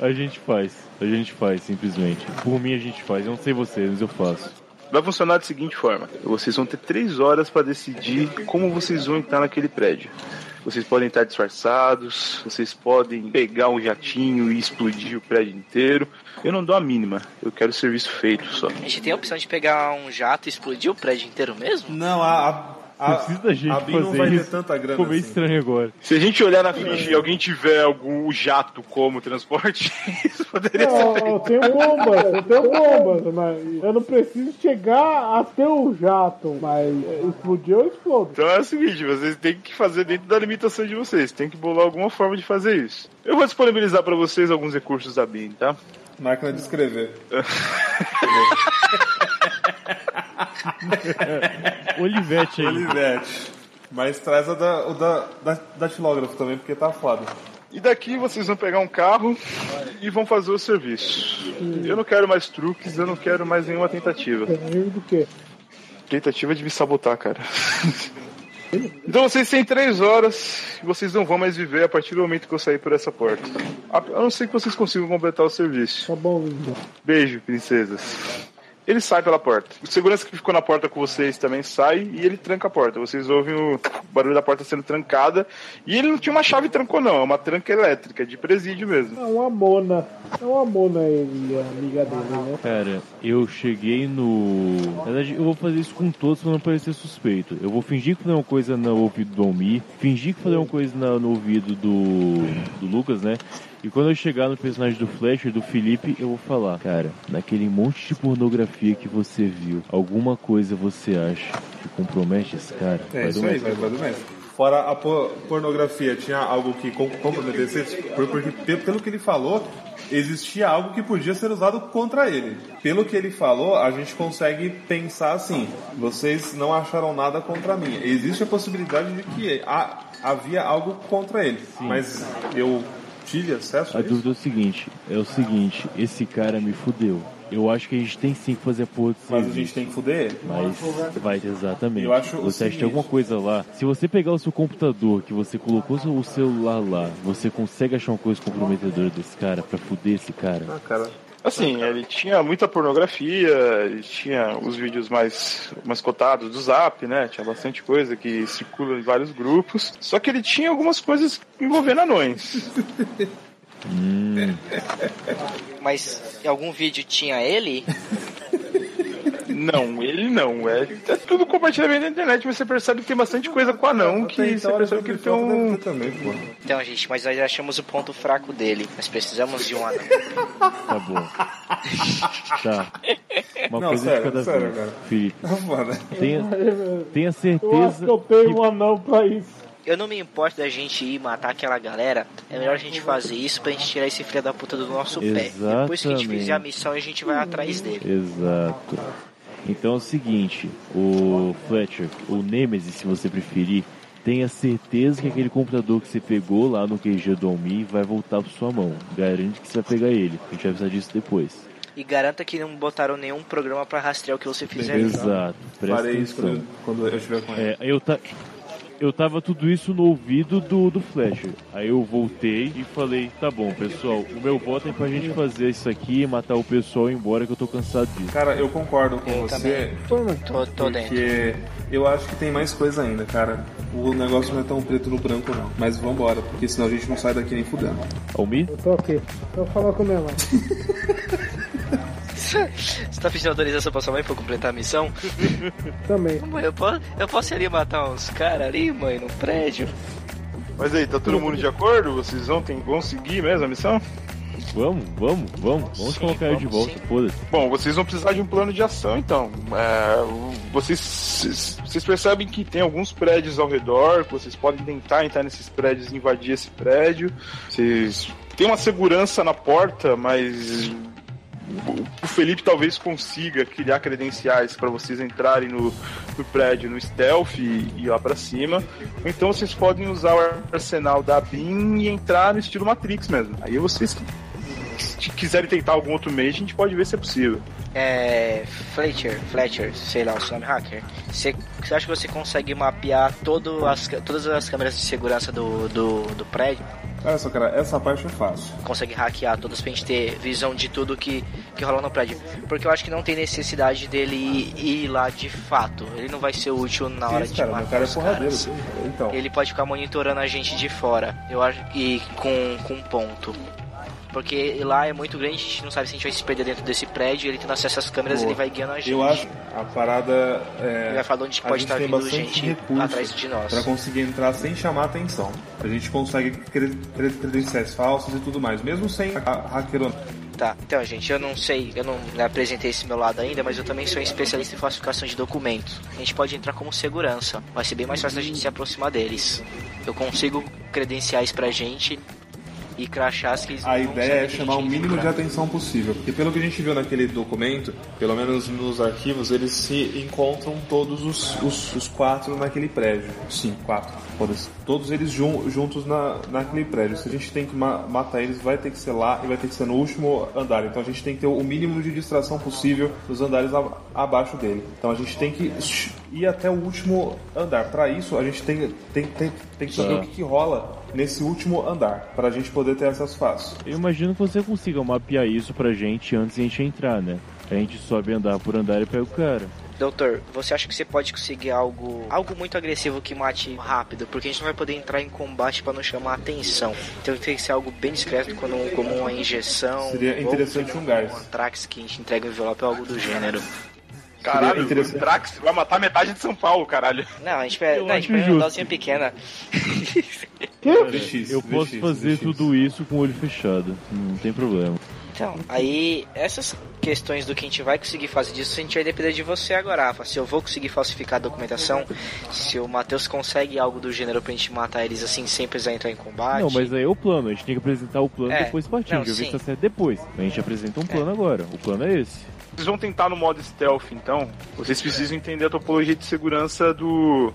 Speaker 3: A gente faz. A gente faz, simplesmente. Por mim a gente faz. Eu não sei vocês, mas eu faço.
Speaker 2: Vai funcionar da seguinte forma: vocês vão ter três horas para decidir como vocês vão entrar naquele prédio. Vocês podem estar disfarçados, vocês podem pegar um jatinho e explodir o prédio inteiro. Eu não dou a mínima, eu quero serviço feito só.
Speaker 9: A gente tem a opção de pegar um jato e explodir o prédio inteiro mesmo?
Speaker 4: Não, a. a...
Speaker 3: Não
Speaker 4: A,
Speaker 3: precisa da gente
Speaker 4: a Bin não
Speaker 3: fazer
Speaker 4: vai
Speaker 3: isso.
Speaker 4: ter tanta grana
Speaker 3: Ficou meio
Speaker 4: assim.
Speaker 3: estranho agora.
Speaker 2: Se a gente olhar na ficha e alguém tiver algum jato como transporte, <laughs> isso poderia ser.
Speaker 5: Eu, eu tenho bombas, eu tenho bombas, mas eu não preciso chegar até o jato, mas explodir eu explodo.
Speaker 2: Então é o seguinte, vocês têm que fazer dentro da limitação de vocês, tem que bolar alguma forma de fazer isso. Eu vou disponibilizar para vocês alguns recursos da BIM, tá?
Speaker 4: Máquina de escrever.
Speaker 3: Olivete aí.
Speaker 4: Olivete. Mas traz a da, o da, da, datilógrafo também, porque tá foda.
Speaker 2: E daqui vocês vão pegar um carro e vão fazer o serviço. Eu não quero mais truques, eu não quero mais nenhuma tentativa.
Speaker 5: Inimigo do quê?
Speaker 2: Tentativa de me sabotar, cara. <laughs> Então vocês têm três horas e vocês não vão mais viver a partir do momento que eu sair por essa porta. A a não ser que vocês consigam completar o serviço.
Speaker 5: Tá bom, lindo.
Speaker 2: Beijo, princesas. Ele sai pela porta. O segurança que ficou na porta com vocês também sai e ele tranca a porta. Vocês ouvem o barulho da porta sendo trancada. E ele não tinha uma chave trancou, não. É uma tranca elétrica, de presídio mesmo.
Speaker 5: É uma mona. É uma mona ele, a amiga dele, né?
Speaker 3: Cara, eu cheguei no. Na verdade, eu vou fazer isso com todos pra não parecer suspeito. Eu vou fingir que falei uma coisa no ouvido do Almir, fingir que falei uma coisa na- no ouvido do, do Lucas, né? E quando eu chegar no personagem do Flasher, do Felipe, eu vou falar: Cara, naquele monte de pornografia que você viu, alguma coisa você acha que compromete esse cara?
Speaker 4: É
Speaker 3: Vai
Speaker 4: isso
Speaker 3: do
Speaker 4: aí,
Speaker 3: um mestre.
Speaker 4: vai, vai do mestre. Fora a po- pornografia, tinha algo que com- comprometesse, por- porque pe- pelo que ele falou, existia algo que podia ser usado contra ele. Pelo que ele falou, a gente consegue pensar assim: vocês não acharam nada contra mim. Existe a possibilidade de que ha- havia algo contra ele, mas eu tive acesso
Speaker 3: A
Speaker 4: a isso?
Speaker 3: dúvida é o seguinte: É o seguinte, esse cara me fudeu. Eu acho que a gente tem sim é que fazer a porra de
Speaker 4: Mas a
Speaker 3: serviço.
Speaker 4: gente tem que fuder ele.
Speaker 3: Mas vai, exatamente.
Speaker 4: Eu acho o
Speaker 3: você acha que
Speaker 4: seguinte-
Speaker 3: tem alguma coisa lá. Se você pegar o seu computador, que você colocou seu- o celular lá, você consegue achar uma coisa comprometedora desse cara pra fuder esse cara?
Speaker 4: Ah, cara.
Speaker 2: Assim, ele tinha muita pornografia, ele tinha os vídeos mais, mais cotados do Zap, né? Tinha bastante coisa que circula em vários grupos. Só que ele tinha algumas coisas envolvendo anões.
Speaker 9: Mas algum vídeo tinha ele?
Speaker 2: Não, ele não. É, é tudo compartilhamento na internet, mas você percebe que tem bastante coisa com anão
Speaker 4: Até
Speaker 2: que você
Speaker 4: então,
Speaker 2: percebe que ele tem um.
Speaker 4: deve ter também, pô.
Speaker 9: Então, gente, mas nós já achamos o ponto fraco dele. Nós precisamos de um anão.
Speaker 3: Tá
Speaker 4: <laughs>
Speaker 3: bom. tá. Uma
Speaker 4: Não,
Speaker 3: coisa
Speaker 4: sério,
Speaker 3: de cada
Speaker 4: sério,
Speaker 3: vez.
Speaker 4: cara.
Speaker 3: Felipe,
Speaker 4: Foda.
Speaker 3: tenha, tenha
Speaker 5: né? Eu acho
Speaker 3: certeza.
Speaker 5: que eu tenho
Speaker 3: que-
Speaker 5: um anão pra isso.
Speaker 9: Eu não me importo da gente ir matar aquela galera. É melhor a gente fazer isso pra gente tirar esse filho da puta do nosso pé. Depois que a gente
Speaker 3: Exatamente.
Speaker 9: fizer a missão, a gente vai atrás dele.
Speaker 3: Exato. Então é o seguinte, o Fletcher, o Nemesis, se você preferir, tenha certeza que aquele computador que você pegou lá no QG do Almi vai voltar pra sua mão. Garante que você vai pegar ele. A gente vai precisar disso depois.
Speaker 9: E garanta que não botaram nenhum programa pra rastrear o que você fizer.
Speaker 3: Exato. Presta
Speaker 4: Farei isso
Speaker 3: atenção.
Speaker 4: quando- quando eu estiver com ele.
Speaker 3: É, eu ta... Eu tava tudo isso no ouvido do, do Fletcher. Aí eu voltei e falei, tá bom, pessoal, o meu voto é pra gente fazer isso aqui, matar o pessoal e ir embora que eu tô cansado disso.
Speaker 4: Cara, eu concordo com
Speaker 9: Eu
Speaker 4: você.
Speaker 9: Tô, tô dentro.
Speaker 4: Porque eu acho que tem mais coisa ainda, cara. O negócio não é tão preto no branco, não. Mas vambora, porque senão a gente não sai daqui nem fudendo.
Speaker 3: Almi?
Speaker 5: Eu tô aqui. Eu vou falar com a minha mãe.
Speaker 9: Você tá pedindo autorização pra sua mãe pra eu completar a missão?
Speaker 5: Também.
Speaker 9: Mãe, eu posso, eu posso ir ali matar uns caras ali, mãe, no prédio?
Speaker 2: Mas aí, tá todo mundo de acordo? Vocês vão, tem, vão seguir mesmo a missão?
Speaker 3: Vamos, vamos, vamos. Vamos
Speaker 9: Sim,
Speaker 3: colocar ele de
Speaker 9: vamos
Speaker 3: volta, foda-se.
Speaker 2: Bom, vocês vão precisar de um plano de ação, então. É, o- vocês, vocês- vocês percebem que tem alguns prédios ao redor, que vocês podem tentar entrar nesses prédios e invadir esse prédio. Vocês tem uma segurança na porta, mas o- o Felipe talvez consiga criar credenciais para vocês entrarem no, no prédio no stealth e, e lá para cima. Ou então vocês podem usar o arsenal da BIM e entrar no estilo Matrix mesmo. Aí vocês que se quiserem tentar algum outro mês, a gente pode ver se é possível.
Speaker 9: é, Fletcher, Fletcher, sei lá, o seu nome hacker, você, você acha que você consegue mapear todo as, ca- todas as câmeras de segurança do, do, do prédio?
Speaker 4: Olha só, cara, essa parte é fácil.
Speaker 9: Consegue hackear todas pra gente ter visão de tudo que, que rola no prédio. Porque eu acho que não tem necessidade dele ir, ir lá de fato. Ele não vai ser útil na hora
Speaker 4: Isso,
Speaker 9: de
Speaker 4: cara, meu
Speaker 9: matar
Speaker 4: cara é
Speaker 9: os
Speaker 4: porradeiro.
Speaker 9: caras.
Speaker 4: cara. Então,
Speaker 9: Ele pode ficar monitorando a gente de fora. Eu acho e com com um ponto. Porque lá é muito grande, a gente não sabe se a gente vai se perder dentro desse prédio. Ele tendo acesso às câmeras,
Speaker 4: Boa.
Speaker 9: ele vai guiando a é gente.
Speaker 4: eu acho a parada
Speaker 9: Ele vai
Speaker 4: é,
Speaker 9: falar onde que
Speaker 4: a
Speaker 9: pode
Speaker 4: gente
Speaker 9: estar
Speaker 4: tem
Speaker 9: vindo
Speaker 4: bastante
Speaker 9: gente
Speaker 4: recurso
Speaker 9: atrás de nós.
Speaker 4: pra conseguir entrar sem chamar atenção. A gente consegue cre- cre- credenciais falsas e tudo mais, mesmo sem a- a- hackeron.
Speaker 9: Tá, então, gente, eu não sei, eu não apresentei esse meu lado ainda, mas eu também sou um especialista em falsificação de documentos. A gente pode entrar como segurança, vai ser bem mais fácil a gente se aproximar deles. Eu consigo credenciais pra gente e crachás que eles
Speaker 4: A
Speaker 9: não vão
Speaker 4: ideia
Speaker 9: saber
Speaker 4: é
Speaker 9: que
Speaker 4: chamar
Speaker 9: a
Speaker 4: o
Speaker 9: gente
Speaker 4: mínimo de
Speaker 9: entra.
Speaker 4: atenção possível, porque pelo que a gente viu naquele documento, pelo menos nos arquivos, eles se encontram todos os, os, os quatro naquele prédio. Sim, quatro. Todos, todos eles jun- juntos na, naquele prédio. Se a gente tem que ma- matar eles, vai ter que ser lá e vai ter que ser no último andar. Então a gente tem que ter o mínimo de distração possível nos andares a- abaixo dele. Então a gente tem que sh- ir até o último andar. Para isso, a gente tem, tem, tem, tem que saber
Speaker 3: Tá.
Speaker 4: o que, que rola nesse último andar, para a gente poder ter acesso fácil.
Speaker 3: Eu imagino que você consiga mapear isso pra gente antes de a gente entrar, né? A gente sobe andar por andar e pega o cara.
Speaker 9: Doutor, você acha que você pode conseguir algo algo muito agressivo que mate rápido? Porque a gente não vai poder entrar em combate pra não chamar atenção. Então tem que ser algo bem discreto, como, como uma injeção.
Speaker 4: Seria
Speaker 9: um
Speaker 4: interessante
Speaker 9: golpe,
Speaker 4: um gás.
Speaker 9: Um Trax que a gente entrega o envelope ou algo do gênero.
Speaker 4: Seria
Speaker 2: Caralho,
Speaker 4: interessante.
Speaker 2: o Drax vai matar metade de São Paulo, caralho.
Speaker 9: Não, a gente pega,
Speaker 3: Eu
Speaker 9: não, a
Speaker 3: acho
Speaker 9: gente pega
Speaker 3: justo.
Speaker 9: uma dosinha pequena.
Speaker 4: VX,
Speaker 3: Eu posso
Speaker 4: VX,
Speaker 3: fazer
Speaker 4: VX.
Speaker 3: tudo isso com o olho fechado, não tem problema.
Speaker 9: Então, aí essas questões do que a gente vai conseguir fazer disso, a gente vai depender de você agora, Rafa. Se eu vou conseguir falsificar a documentação, se o Matheus consegue algo do gênero pra gente matar eles assim sem precisar entrar em combate.
Speaker 3: Não, mas aí é o plano, a gente tem que apresentar o plano
Speaker 9: Ah, É.
Speaker 3: depois do partido,
Speaker 9: Não,
Speaker 3: já vi
Speaker 9: sim. É.
Speaker 3: essa série depois. A gente apresenta um plano agora, o plano é esse.
Speaker 2: Vocês vão tentar no modo stealth, então. Vocês precisam entender a topologia de segurança do.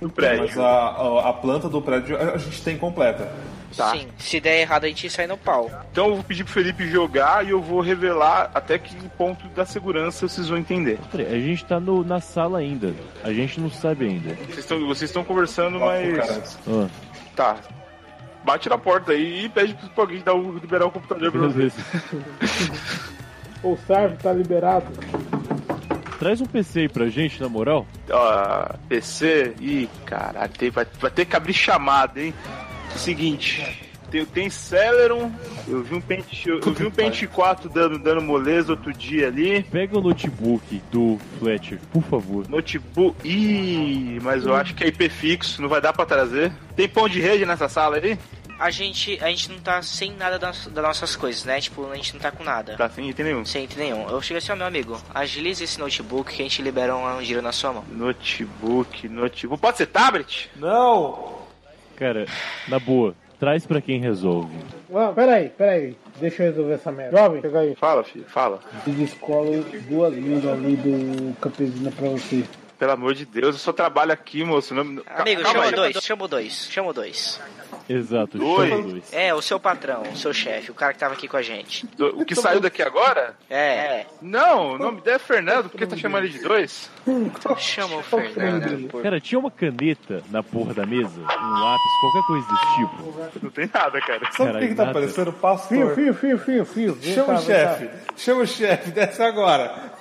Speaker 2: do
Speaker 4: Mas
Speaker 2: prédio.
Speaker 4: a, a, a planta do prédio a, a gente tem completa.
Speaker 2: Tá.
Speaker 9: Sim, se der errado a gente sai no pau.
Speaker 2: Então eu vou pedir pro Felipe jogar e eu vou revelar até que ponto da segurança vocês vão entender.
Speaker 3: Peraí, A gente tá no- na sala ainda, a gente não sabe ainda.
Speaker 2: Vocês estão vocês estão conversando,
Speaker 4: Ó,
Speaker 2: mas.
Speaker 4: cara,
Speaker 3: Ah,
Speaker 2: Tá. Bate na porta aí e pede pra alguém dar o, liberar o computador pra
Speaker 3: meu
Speaker 2: vocês.
Speaker 3: Deus.
Speaker 5: O serve tá liberado.
Speaker 3: Traz um PC aí pra gente, na moral.
Speaker 2: Ó, PC. Ih, caralho, tem- vai, vai ter que abrir chamada, hein? Seguinte. Tem, tem Celeron, eu vi um Pente, eu, eu vi um Pente 4 dando, dando moleza outro dia ali.
Speaker 3: Pega o notebook do Fletcher, por favor.
Speaker 2: Notebook. Ih, mas eu acho que é IP fixo, não vai dar pra trazer. Tem pão de rede nessa sala aí?
Speaker 9: A gente, a gente não tá sem nada das, das nossas coisas, né? Tipo, a gente não tá com nada.
Speaker 2: Tá sem item nenhum.
Speaker 9: Sem item nenhum. Eu chego assim, ó, meu amigo, agiliza esse notebook que a gente libera um giro na sua mão.
Speaker 2: Notebook, notebook. Pode ser tablet?
Speaker 4: Não!
Speaker 3: Cara, na boa, traz pra quem resolve.
Speaker 5: Mano, peraí, peraí. Deixa eu resolver essa merda. Jovem, chega aí.
Speaker 2: Fala, filho, fala.
Speaker 5: E descolo duas luzes ali do campesino pra você.
Speaker 2: Pelo amor de Deus, eu só trabalho aqui, moço. Não...
Speaker 9: Amigo,
Speaker 2: Calma
Speaker 9: chama
Speaker 2: aí.
Speaker 9: dois, chama o dois, chama o dois.
Speaker 3: Exato,
Speaker 2: Dois.
Speaker 3: chama dois.
Speaker 9: É, o seu patrão, o seu chefe, o cara que tava aqui com a gente.
Speaker 2: O que saiu daqui agora?
Speaker 9: É,
Speaker 2: Não, o nome dele é Fernando, por que tá chamando ele de dois?
Speaker 9: chama o Fernando. pô.
Speaker 3: Cara, tinha uma caneta na porra da mesa, um lápis, qualquer coisa desse tipo.
Speaker 2: Não tem nada, cara.
Speaker 4: Sabe o
Speaker 3: Caralho,
Speaker 4: que, que tá
Speaker 3: nada.
Speaker 4: aparecendo?
Speaker 5: Fio,
Speaker 4: Pastor.
Speaker 5: fio, fio, fio, fio. Vem
Speaker 4: Chama
Speaker 5: cá,
Speaker 4: o
Speaker 5: vem
Speaker 4: chefe. Chama o chefe, desce agora.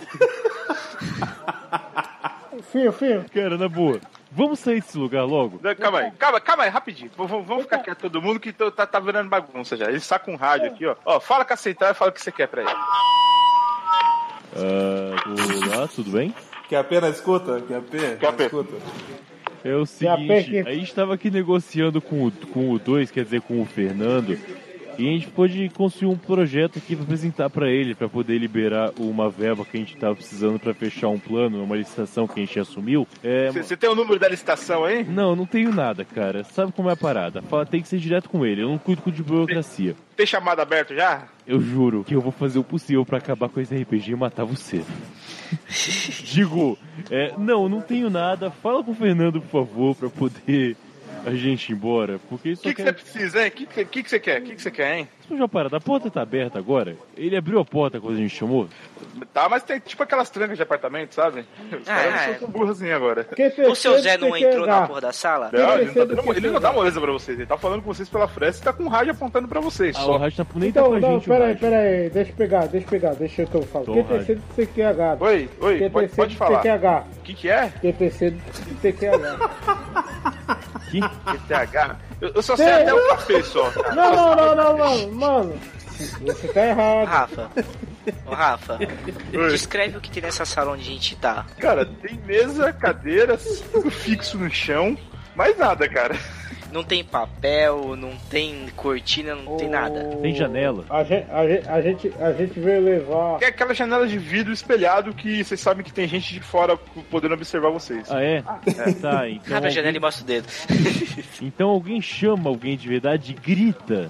Speaker 5: cá. Fio, fio.
Speaker 3: Cara, na boa, vamos sair desse lugar logo?
Speaker 2: Não, Calma aí, calma, calma aí, rapidinho. V- v- Vamos ficar quieto todo mundo que tô- tá, tá virando bagunça já. Ele saca um rádio aqui, ó. Ó, fala com a central e fala o que você quer pra ele.
Speaker 3: Ah, olá, tudo bem?
Speaker 4: Quer a pena escuta? Quer a pena?
Speaker 2: Quer a pena.
Speaker 4: escuta?
Speaker 3: É o
Speaker 5: peguei.
Speaker 3: seguinte, a gente tava aqui negociando com o, com o dois, quer dizer, com o Fernando, e a gente pôde construir um projeto aqui pra apresentar pra ele, pra poder liberar uma verba que a gente tava precisando pra fechar um plano, uma licitação que a gente assumiu. É,
Speaker 2: Você você tem o número da licitação aí?
Speaker 3: Não, não tenho nada, cara. Sabe como é a parada? Fala, tem que ser direto com ele. Eu não cuido de burocracia.
Speaker 2: Tem chamada aberto já?
Speaker 3: Eu juro que eu vou fazer o possível pra acabar com esse RPG e matar você. Digo, é, não, não tenho nada. Fala pro Fernando, por favor, pra poder a gente ir embora, porque isso
Speaker 2: O que, que você precisa, hein? O que, que, você- que que você quer? O que, que você quer, hein?
Speaker 3: Você já parada, a porta tá aberta agora? Ele abriu a porta quando a gente chamou?
Speaker 2: Tá, mas tem tipo aquelas trancas de apartamento, sabe? Os caras não são tão burros assim agora.
Speaker 9: O seu Zé não entrou na porra da sala?
Speaker 2: Não, ele, não tá dando- ele não dá moleza pra vocês, ele tá falando com vocês pela fresta e tá com o rádio apontando pra vocês.
Speaker 3: Ah,
Speaker 2: só.
Speaker 3: o Rádio tá nem tá
Speaker 5: Então,
Speaker 3: com a
Speaker 5: não,
Speaker 3: gente,
Speaker 5: pera
Speaker 3: o
Speaker 5: aí,
Speaker 3: Rádio.
Speaker 5: pera aí. Deixa eu pegar, deixa eu pegar, deixa eu que eu falo.
Speaker 3: Tom,
Speaker 5: QTC do CQH.
Speaker 2: Oi, oi, pode,
Speaker 5: QTC
Speaker 2: pode
Speaker 5: do
Speaker 2: falar.
Speaker 5: CQH.
Speaker 2: O que, que é?
Speaker 5: QTC do CQH.
Speaker 2: TH? Eu, eu só sei até o café só, cara.
Speaker 5: É. Não, não, não, não, mano. Mano, você tá errado.
Speaker 9: Rafa, ô Rafa,
Speaker 2: Oi.
Speaker 9: descreve o que tem nessa sala onde a gente tá.
Speaker 2: Cara, tem mesa, cadeira, cinto fixo no chão, mais nada, cara.
Speaker 9: Não tem papel, não tem cortina, não tem nada.
Speaker 3: Tem janela.
Speaker 5: A gente, a, gente, a, gente, a gente veio levar.
Speaker 2: É aquela janela de vidro espelhado que vocês sabem que tem gente de fora podendo observar vocês.
Speaker 3: Ah, é? Tá, então.
Speaker 9: Abre a janela e
Speaker 3: Alguém,
Speaker 9: mostra o dedo.
Speaker 3: então alguém chama alguém de verdade e grita.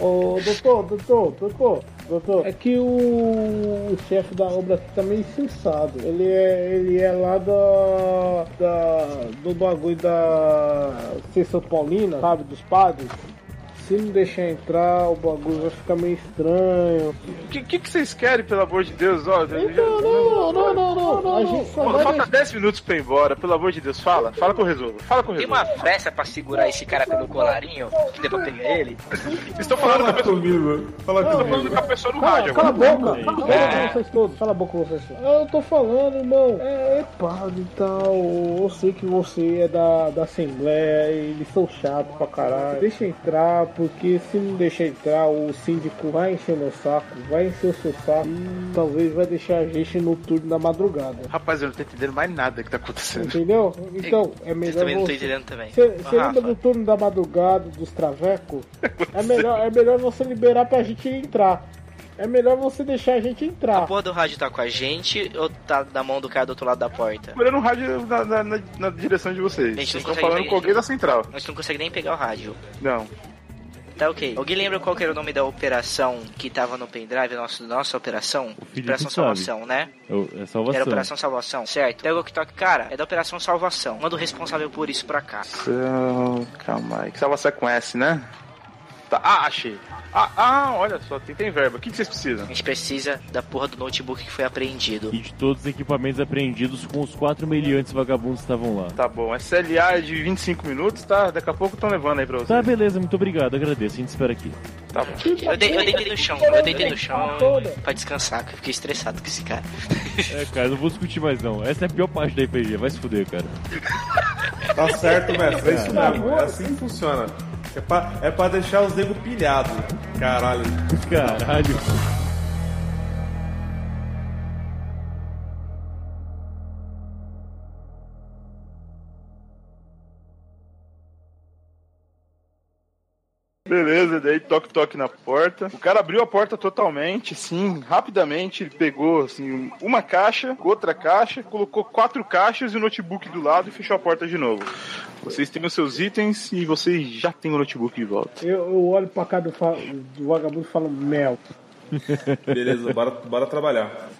Speaker 5: Ô, doutor, doutor, doutor, doutor. É que o, o chefe da obra aqui tá meio insensado. Ele é, ele é lá da, da. do bagulho da. Sessão Paulina, sabe? Dos padres. Se não deixar entrar, o bagulho vai ficar meio estranho.
Speaker 2: O que, que, que vocês querem, pelo amor de Deus? Ó,
Speaker 5: Então, não, não, não, não, não. A gente só tá
Speaker 2: Mano,
Speaker 5: vai
Speaker 2: falta
Speaker 5: deixar.
Speaker 2: 10 minutos pra ir embora, pelo amor de Deus, fala. Fala que eu resolvo. Fala que eu
Speaker 9: Tem
Speaker 2: resolvo.
Speaker 9: uma festa pra segurar esse cara pelo colarinho, que dê pra pegar ele.
Speaker 2: Vocês estão falando, com a pessoa-
Speaker 4: comigo. Fala
Speaker 2: vocês tão falando com a pessoa no rádio
Speaker 5: Cala, cala a
Speaker 2: agora.
Speaker 5: boca! Cala a
Speaker 9: É.
Speaker 5: boca, vocês todos! Cala a boca, vocês todos! Eu tô falando, irmão! É, é padre e tal, eu sei que você é da, da Assembleia e eles são chatos pra caralho. Deixa entrar, porque se não deixar entrar, o síndico vai encher meu saco, vai encher o seu saco e talvez vai deixar a gente no turno da madrugada.
Speaker 2: Rapaz, eu não tô entendendo mais nada que tá acontecendo.
Speaker 5: Entendeu? Então, é
Speaker 9: Vocês
Speaker 5: melhor
Speaker 9: também não estão
Speaker 5: você...
Speaker 9: entendendo também.
Speaker 5: Você você
Speaker 9: Ah, Rafa,
Speaker 5: lembra do turno da madrugada, dos travecos? É melhor, é melhor você liberar pra gente entrar. É melhor você deixar a gente
Speaker 9: a
Speaker 5: entrar.
Speaker 9: porra do rádio tá com a gente ou tá na mão do cara do outro lado da porta?
Speaker 2: Segurando o rádio na, na- na- na direção de vocês.
Speaker 9: Gente,
Speaker 2: Vocês
Speaker 9: não
Speaker 2: estão
Speaker 9: consegue
Speaker 2: falando
Speaker 9: ver
Speaker 2: com alguém
Speaker 9: isso.
Speaker 2: da central.
Speaker 9: Nós não conseguimos nem pegar o rádio.
Speaker 2: Não.
Speaker 9: Tá ok. Alguém lembra qual que era o nome da operação que tava no pendrive, nosso, nossa operação?
Speaker 3: O Felipe
Speaker 9: operação
Speaker 3: sabe.
Speaker 9: Salvação, né?
Speaker 3: É, é
Speaker 9: Era
Speaker 3: salvação.
Speaker 9: Operação Salvação, certo? Pega o que toca. Cara, é da Operação Salvação. Manda o responsável por isso pra cá.
Speaker 2: Então, calma aí. Que você conhece, né? Tá. Ah, achei. Ah, ah, olha só, tem, tem verba. O que, que vocês precisam?
Speaker 9: A gente precisa da porra do notebook que foi apreendido.
Speaker 3: E de todos os equipamentos apreendidos com os quatro meliantes vagabundos que estavam lá.
Speaker 2: Tá bom, SLA é de 25 minutos, tá? Daqui a pouco estão levando aí pra
Speaker 3: Tá,
Speaker 2: vocês.
Speaker 3: beleza, muito obrigado, agradeço, a gente espera aqui.
Speaker 2: Tá bom.
Speaker 9: Eu, dei, eu deitei no chão, eu deitei no chão pra descansar, que eu fiquei estressado com esse cara.
Speaker 3: É, cara, não vou discutir mais não. Essa é a pior parte da RPG, vai se fuder, cara.
Speaker 4: Tá certo, mestre. É isso
Speaker 2: Tá
Speaker 4: mesmo. É assim que funciona. É pra, é pra deixar os nego pilhado. Caralho.
Speaker 3: Caralho.
Speaker 2: Beleza, daí toque-toque na porta. O cara abriu a porta totalmente, assim, rapidamente. Ele pegou, assim, uma caixa, outra caixa, colocou quatro caixas e o notebook do lado e fechou a porta de novo. Vocês têm os seus itens e vocês já têm o notebook de volta.
Speaker 5: Eu, eu olho pra cá do, fa- do vagabundo e falo, mel.
Speaker 4: Beleza, bora, bora trabalhar.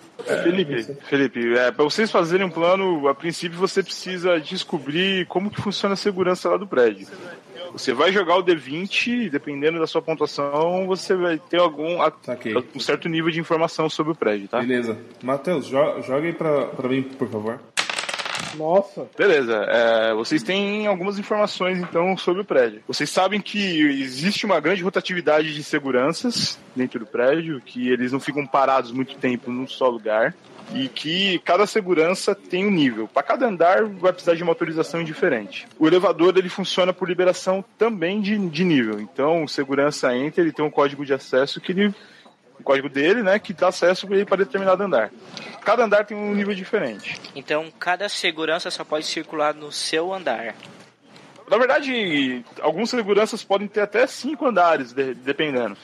Speaker 2: Felipe, Felipe, é, para vocês fazerem um plano, a princípio você precisa descobrir como que funciona a segurança lá do prédio. Você vai jogar o D20, dependendo da sua pontuação, você vai ter algum a-
Speaker 4: Saquei.
Speaker 2: um certo nível de informação sobre o prédio, tá?
Speaker 4: Beleza. Matheus, jo joga aí pra, pra mim, por favor.
Speaker 5: Nossa,
Speaker 2: Beleza, é, vocês têm algumas informações então sobre o prédio. Vocês sabem que existe uma grande rotatividade de seguranças dentro do prédio, que eles não ficam parados muito tempo num só lugar e que cada segurança tem um nível. Para cada andar vai precisar de uma autorização diferente. O elevador ele funciona por liberação também de, de nível. Então, o segurança entra, ele tem um código de acesso que ele o código dele, né, que dá acesso pra ele para determinado andar. Cada andar tem um nível diferente.
Speaker 9: Então, cada segurança só pode circular no seu andar.
Speaker 2: Na verdade, alguns seguranças podem ter até cinco andares, de- dependendo.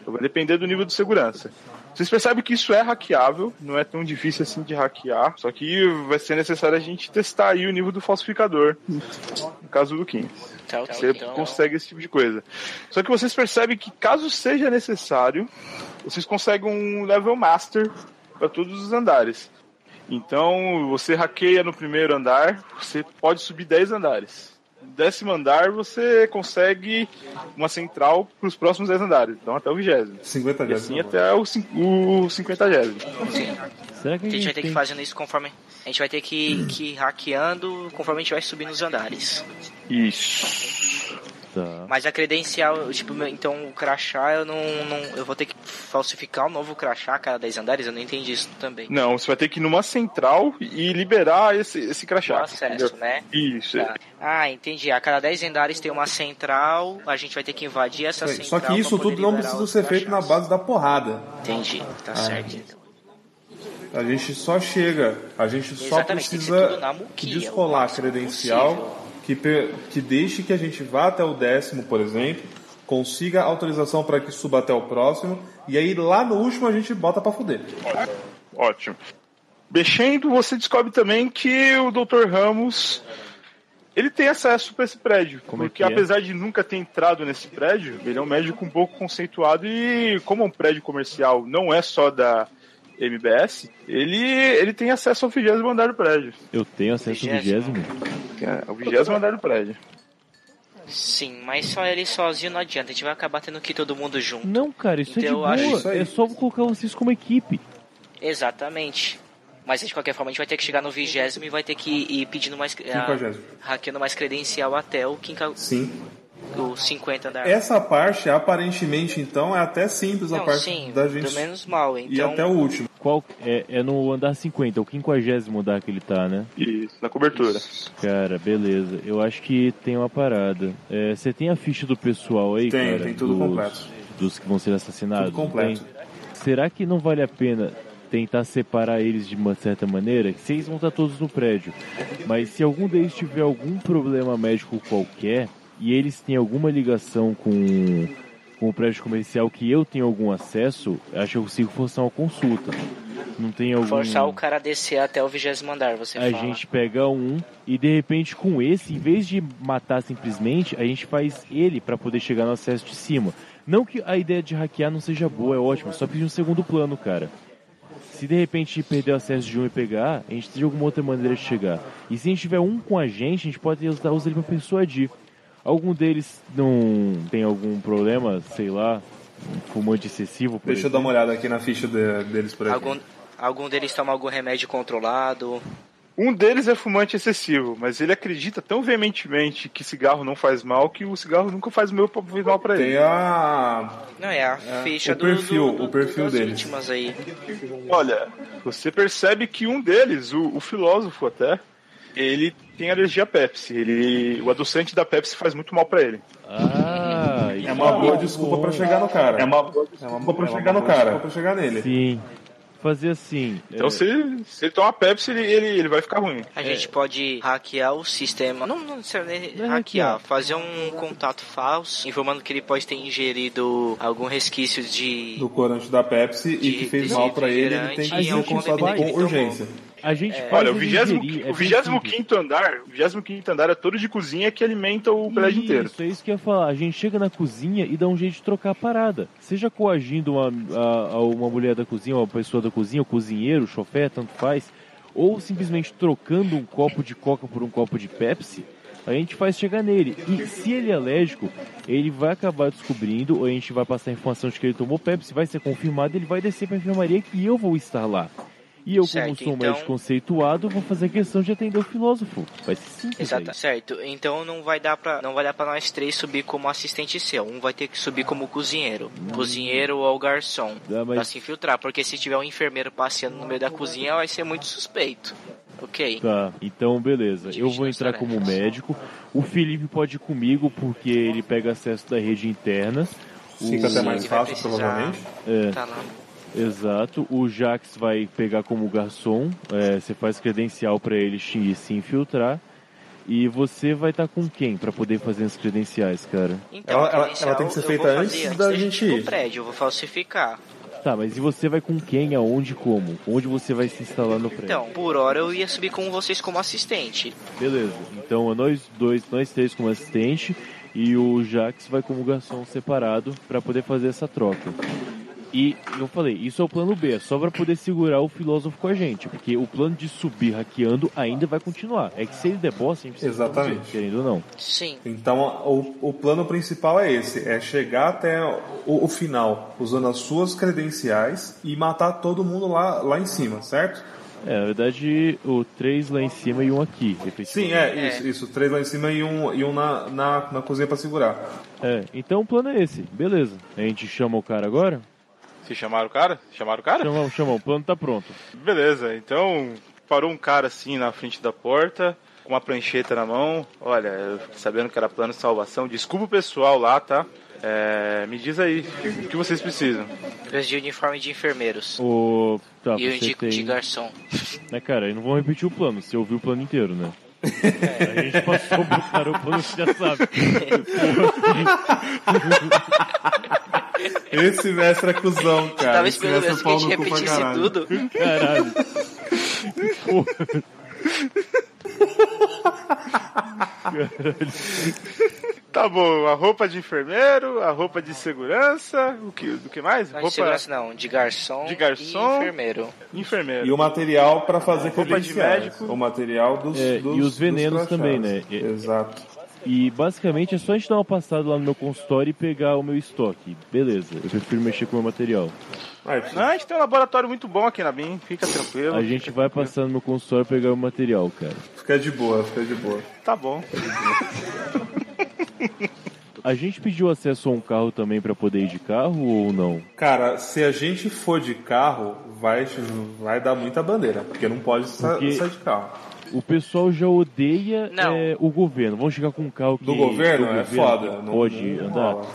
Speaker 2: Então, Vai depender do nível de segurança. Vocês percebem que isso é hackeável, não é tão difícil assim de hackear, só que vai ser necessário a gente testar aí o nível do falsificador, no caso do Kim.
Speaker 9: Tá ok.
Speaker 2: Você
Speaker 9: Então,
Speaker 2: consegue esse tipo de coisa. Só que vocês percebem que caso seja necessário, vocês conseguem um level master para todos os andares. Então, você hackeia no primeiro andar, você pode subir 10 andares. décimo andar você consegue uma central para os próximos 10 andares, então até o vigésimo.
Speaker 4: 50
Speaker 2: E assim até o, cin- o cinquentagésimo.
Speaker 3: Será que
Speaker 9: a gente vai ter
Speaker 3: tem-
Speaker 9: que fazendo isso conforme. A gente vai ter que, que ir hackeando conforme a gente vai subindo os andares.
Speaker 2: Isso.
Speaker 3: Tá.
Speaker 9: Mas a credencial, tipo, meu- então o crachá eu não, não. Eu vou ter que falsificar um novo crachá a cada 10 andares? Eu não entendi isso também.
Speaker 2: Não, você vai ter que ir numa central e liberar esse, esse crachá.
Speaker 9: O acesso,
Speaker 2: entendeu?
Speaker 9: um né?
Speaker 2: Isso. é.
Speaker 9: Tá. Ah, entendi. A cada 10 andares tem uma central, a gente vai ter que invadir essa central.
Speaker 4: Só que isso
Speaker 9: Assim, pra poder
Speaker 4: tudo não
Speaker 9: liberar
Speaker 4: precisa
Speaker 9: os
Speaker 4: ser feito na base Ah, da porrada.
Speaker 9: Entendi, tá certo,
Speaker 4: A gente só chega, a gente só
Speaker 9: Exatamente, tem que ser
Speaker 4: precisa
Speaker 9: tudo na muquia,
Speaker 4: descolar a credencial que, pe- que deixe que a gente vá até o décimo, por exemplo, consiga autorização para que suba até o próximo, e aí lá no último a gente bota pra fuder.
Speaker 2: Ótimo. Mexendo, você descobre também que o Dr. Ramos ele tem acesso para esse prédio.
Speaker 3: Como é
Speaker 2: porque
Speaker 3: que é?
Speaker 2: apesar de nunca ter entrado nesse prédio, ele é um médico um pouco conceituado e como é um prédio comercial não é só da MBS, ele, ele tem acesso ao 20 andar do prédio.
Speaker 3: Eu tenho acesso ao vigésimo?
Speaker 9: Vigésimo.
Speaker 3: É,
Speaker 2: O 20 andar do prédio.
Speaker 9: Sim, mas só ele sozinho não adianta, a gente vai acabar tendo que ir todo mundo junto.
Speaker 3: Não, cara, isso
Speaker 9: Então eu
Speaker 3: é de
Speaker 9: acho
Speaker 3: boa.
Speaker 9: isso
Speaker 3: Eu só vou colocar vocês como equipe.
Speaker 9: Exatamente. Mas de qualquer forma a gente vai ter que chegar no vigésimo e vai ter que ir pedindo mais.
Speaker 4: Quinquagésimo.
Speaker 9: ah, Hackeando mais credencial até o quinca...
Speaker 4: Sim.
Speaker 9: o 50 andar.
Speaker 4: Essa parte, aparentemente, então, é até simples a
Speaker 9: Não,
Speaker 4: parte
Speaker 9: sim,
Speaker 4: da gente
Speaker 9: pelo menos mal, então.
Speaker 4: ir até o último.
Speaker 3: Qual é, é no andar 50, é o quinquagésimo andar que ele tá, né?
Speaker 2: Isso, na cobertura.
Speaker 3: Cara, beleza. Eu acho que tem uma parada. É, Você tem a ficha do pessoal aí,
Speaker 4: Tem,
Speaker 3: cara?
Speaker 4: tem tudo
Speaker 3: dos,
Speaker 4: completo.
Speaker 3: Dos que vão ser assassinados?
Speaker 4: Tudo completo.
Speaker 3: não tem? Será que não vale a pena tentar separar eles de uma certa maneira? Vocês vão estar todos no prédio. Mas se algum deles tiver algum problema médico qualquer e eles têm alguma ligação com, com o prédio comercial que eu tenho algum acesso, acho que eu consigo forçar uma consulta. Não tem algum
Speaker 9: Forçar o cara a descer até o vigésimo andar, você
Speaker 3: a
Speaker 9: fala.
Speaker 3: gente pega um e de repente com esse, em vez de matar simplesmente, a gente faz ele pra poder chegar no acesso de cima. Não que a ideia de hackear não seja boa, é ótimo, só pedir um segundo plano, cara. Se de repente perder o acesso de um e pegar, a gente tem alguma outra maneira de chegar. E se a gente tiver um com a gente, a gente pode usar usar ele pra persuadir. Algum deles não tem algum problema, sei lá, um fumante excessivo, por
Speaker 4: Deixa eu dar
Speaker 3: exemplo.
Speaker 4: uma olhada aqui na ficha de- deles por aqui.
Speaker 9: Algum, algum deles toma algum remédio controlado.
Speaker 2: Um deles é fumante excessivo, mas ele acredita tão veementemente que cigarro não faz mal que o cigarro nunca faz meu- fez mal pra ele.
Speaker 4: Tem a...
Speaker 9: Não, é a
Speaker 4: É,
Speaker 9: ficha
Speaker 4: o
Speaker 9: do,
Speaker 4: perfil,
Speaker 9: do, do,
Speaker 4: o perfil
Speaker 9: das
Speaker 4: deles.
Speaker 9: vítimas aí.
Speaker 2: Olha, você percebe que um deles, o, o filósofo até, ele tem alergia à Pepsi. Ele, o adoçante da Pepsi faz muito mal pra ele.
Speaker 3: Ah,
Speaker 4: É uma boa desculpa pra chegar no cara.
Speaker 2: É uma boa
Speaker 4: É uma boa pra
Speaker 2: é uma
Speaker 4: chegar no
Speaker 2: boa
Speaker 4: cara.
Speaker 2: desculpa
Speaker 4: pra chegar nele.
Speaker 3: Sim. Fazer assim.
Speaker 2: Então
Speaker 3: é,
Speaker 2: se, ele- se ele tomar Pepsi, ele, ele, ele vai ficar ruim.
Speaker 9: A gente pode hackear o sistema. Não, não necessariamente
Speaker 3: Não é hackear.
Speaker 9: hackear. Fazer um contato falso, informando que ele pode ter ingerido algum resquício de.
Speaker 4: do corante da Pepsi e que fez
Speaker 9: de
Speaker 4: mal pra ele, ele tem
Speaker 9: refrigerante é um
Speaker 4: que
Speaker 3: e alguma
Speaker 4: ser consultado
Speaker 3: bebida que
Speaker 4: com
Speaker 9: ele
Speaker 4: urgência.
Speaker 3: A gente faz
Speaker 2: Olha, o
Speaker 3: ele
Speaker 2: 20,
Speaker 3: ingerir, é
Speaker 2: o
Speaker 3: bem
Speaker 2: 25 andar, o 25 andar é todo de cozinha que alimenta o
Speaker 3: simples.
Speaker 2: prédio um inteiro.
Speaker 3: Isso, é isso que eu ia falar. A gente chega na cozinha e dá um jeito de trocar a parada. Seja coagindo uma, a- a uma mulher da cozinha, uma pessoa da cozinha, o cozinheiro, o chofer, tanto faz, ou simplesmente trocando um copo de coca por um copo de Pepsi, a gente faz chegar nele. E se ele é alérgico, ele vai acabar descobrindo, ou a gente vai passar a informação de que ele tomou Pepsi, vai ser confirmado, ele vai descer pra enfermaria que eu vou estar lá. E eu, como
Speaker 9: Certo,
Speaker 3: sou um
Speaker 9: então-
Speaker 3: médico conceituado, vou fazer questão de atender o filósofo. Vai ser simples. é
Speaker 9: Exato, certo. Então não vai dar para não vai dar para nós três subir como assistente seu. Um vai ter que subir como cozinheiro, cozinheiro ou garçom,
Speaker 3: Ah, mas-
Speaker 9: pra se infiltrar, porque se tiver um enfermeiro passeando no meio da cozinha, vai ser muito suspeito. OK.
Speaker 3: Tá, então beleza. Eu vou entrar como médico. O Felipe pode ir comigo porque ele pega acesso da rede interna. O-
Speaker 4: Fica é até mais
Speaker 9: Ele vai
Speaker 4: fácil,
Speaker 9: precisar-
Speaker 4: provavelmente.
Speaker 3: É,
Speaker 9: Tá lá.
Speaker 3: exato. O Jax vai pegar como garçom. É, você faz credencial pra ele se se infiltrar. E você vai estar com quem pra poder fazer as credenciais, cara?
Speaker 9: Então,
Speaker 4: Ela-
Speaker 9: a
Speaker 4: ela-
Speaker 9: credencial
Speaker 4: ela tem que ser
Speaker 9: eu
Speaker 4: feita
Speaker 9: vou fazer
Speaker 4: antes da gente
Speaker 9: ir
Speaker 4: ir.
Speaker 9: pro prédio, eu vou falsificar.
Speaker 3: Tá, mas e você vai com quem, aonde, como? Onde você vai se instalar no prédio?
Speaker 9: Então, por hora eu ia subir com vocês como assistente.
Speaker 3: Beleza. Então nós dois, nós três como assistente e o Jax vai como garçom separado pra poder fazer essa troca. E eu falei, isso é o plano B, é só pra poder segurar o filósofo com a gente, porque o plano de subir hackeando ainda vai continuar. É que se ele der bosta, a gente precisa
Speaker 4: Exatamente.
Speaker 3: conduzir, querendo ou não.
Speaker 9: Sim.
Speaker 4: Então a- o, o plano principal é esse: é chegar até o, o final usando as suas credenciais e matar todo mundo lá, lá em cima, certo?
Speaker 3: É, na verdade, o 3 lá em cima e um aqui. efetivamente.
Speaker 4: Sim, é, isso, isso. Três lá em cima e um, e um na, na, na cozinha pra segurar.
Speaker 3: É, então o plano é esse, beleza. A gente chama o cara agora?
Speaker 2: Vocês chamaram o cara? Chamaram o cara?
Speaker 3: Chamamos, chamamos, o plano tá pronto.
Speaker 2: Beleza, então parou um cara assim na frente da porta, com uma prancheta na mão. Olha, eu fiquei sabendo que era plano de salvação. Desculpa o pessoal lá, tá? É, me diz aí, o que vocês precisam?
Speaker 9: Preciso de uniforme de enfermeiros.
Speaker 3: O. Tá,
Speaker 9: e o
Speaker 3: você
Speaker 9: de,
Speaker 3: tem.
Speaker 9: de garçom.
Speaker 3: Né, cara, e não vão repetir o plano, você ouviu o plano inteiro, né? A gente passou pro cara, o plano você já sabe.
Speaker 4: Esse mestre é
Speaker 9: <laughs>
Speaker 4: cuzão, cara.
Speaker 9: Tava
Speaker 4: Esse
Speaker 9: esperando
Speaker 4: mestre é
Speaker 9: mesmo que a
Speaker 4: pau no cu
Speaker 9: gente
Speaker 4: pra
Speaker 9: repetisse
Speaker 4: caralho.
Speaker 9: tudo.
Speaker 3: Caralho. Porra.
Speaker 2: Tá bom, a roupa de enfermeiro, a roupa de segurança, o que, do que mais?
Speaker 9: Não,
Speaker 2: roupa
Speaker 9: de segurança não, de garçom,
Speaker 2: De garçom. É
Speaker 9: e enfermeiro.
Speaker 2: enfermeiro.
Speaker 4: E o material pra fazer
Speaker 2: Roupa de
Speaker 4: credenciais.
Speaker 2: médico.
Speaker 4: O material dos,
Speaker 3: É,
Speaker 4: dos
Speaker 3: e os venenos
Speaker 4: dos crachás.
Speaker 3: também, né? E-
Speaker 4: Exato.
Speaker 3: E basicamente é só a gente dar uma passada lá no meu consultório e pegar o meu estoque. Beleza, eu prefiro mexer com o meu material.
Speaker 4: Aí,
Speaker 2: Não, a gente tem um laboratório muito bom aqui na BIM, fica tranquilo.
Speaker 3: A gente vai passar no meu consultório e pegar o material, cara.
Speaker 4: fica de boa, fica de boa.
Speaker 2: Tá bom.
Speaker 3: A gente pediu acesso a um carro também pra poder ir de carro ou não?
Speaker 4: Cara, se a gente for de carro, vai, vai dar muita bandeira, porque não pode sa-
Speaker 3: Porque-
Speaker 4: sair de carro.
Speaker 3: O pessoal já odeia
Speaker 9: Não.
Speaker 3: é, o governo. Vamos chegar com um carro que
Speaker 4: Do governo
Speaker 3: do
Speaker 4: é
Speaker 3: governo
Speaker 4: foda. não-
Speaker 3: Pode
Speaker 4: não
Speaker 3: andar.
Speaker 4: rola.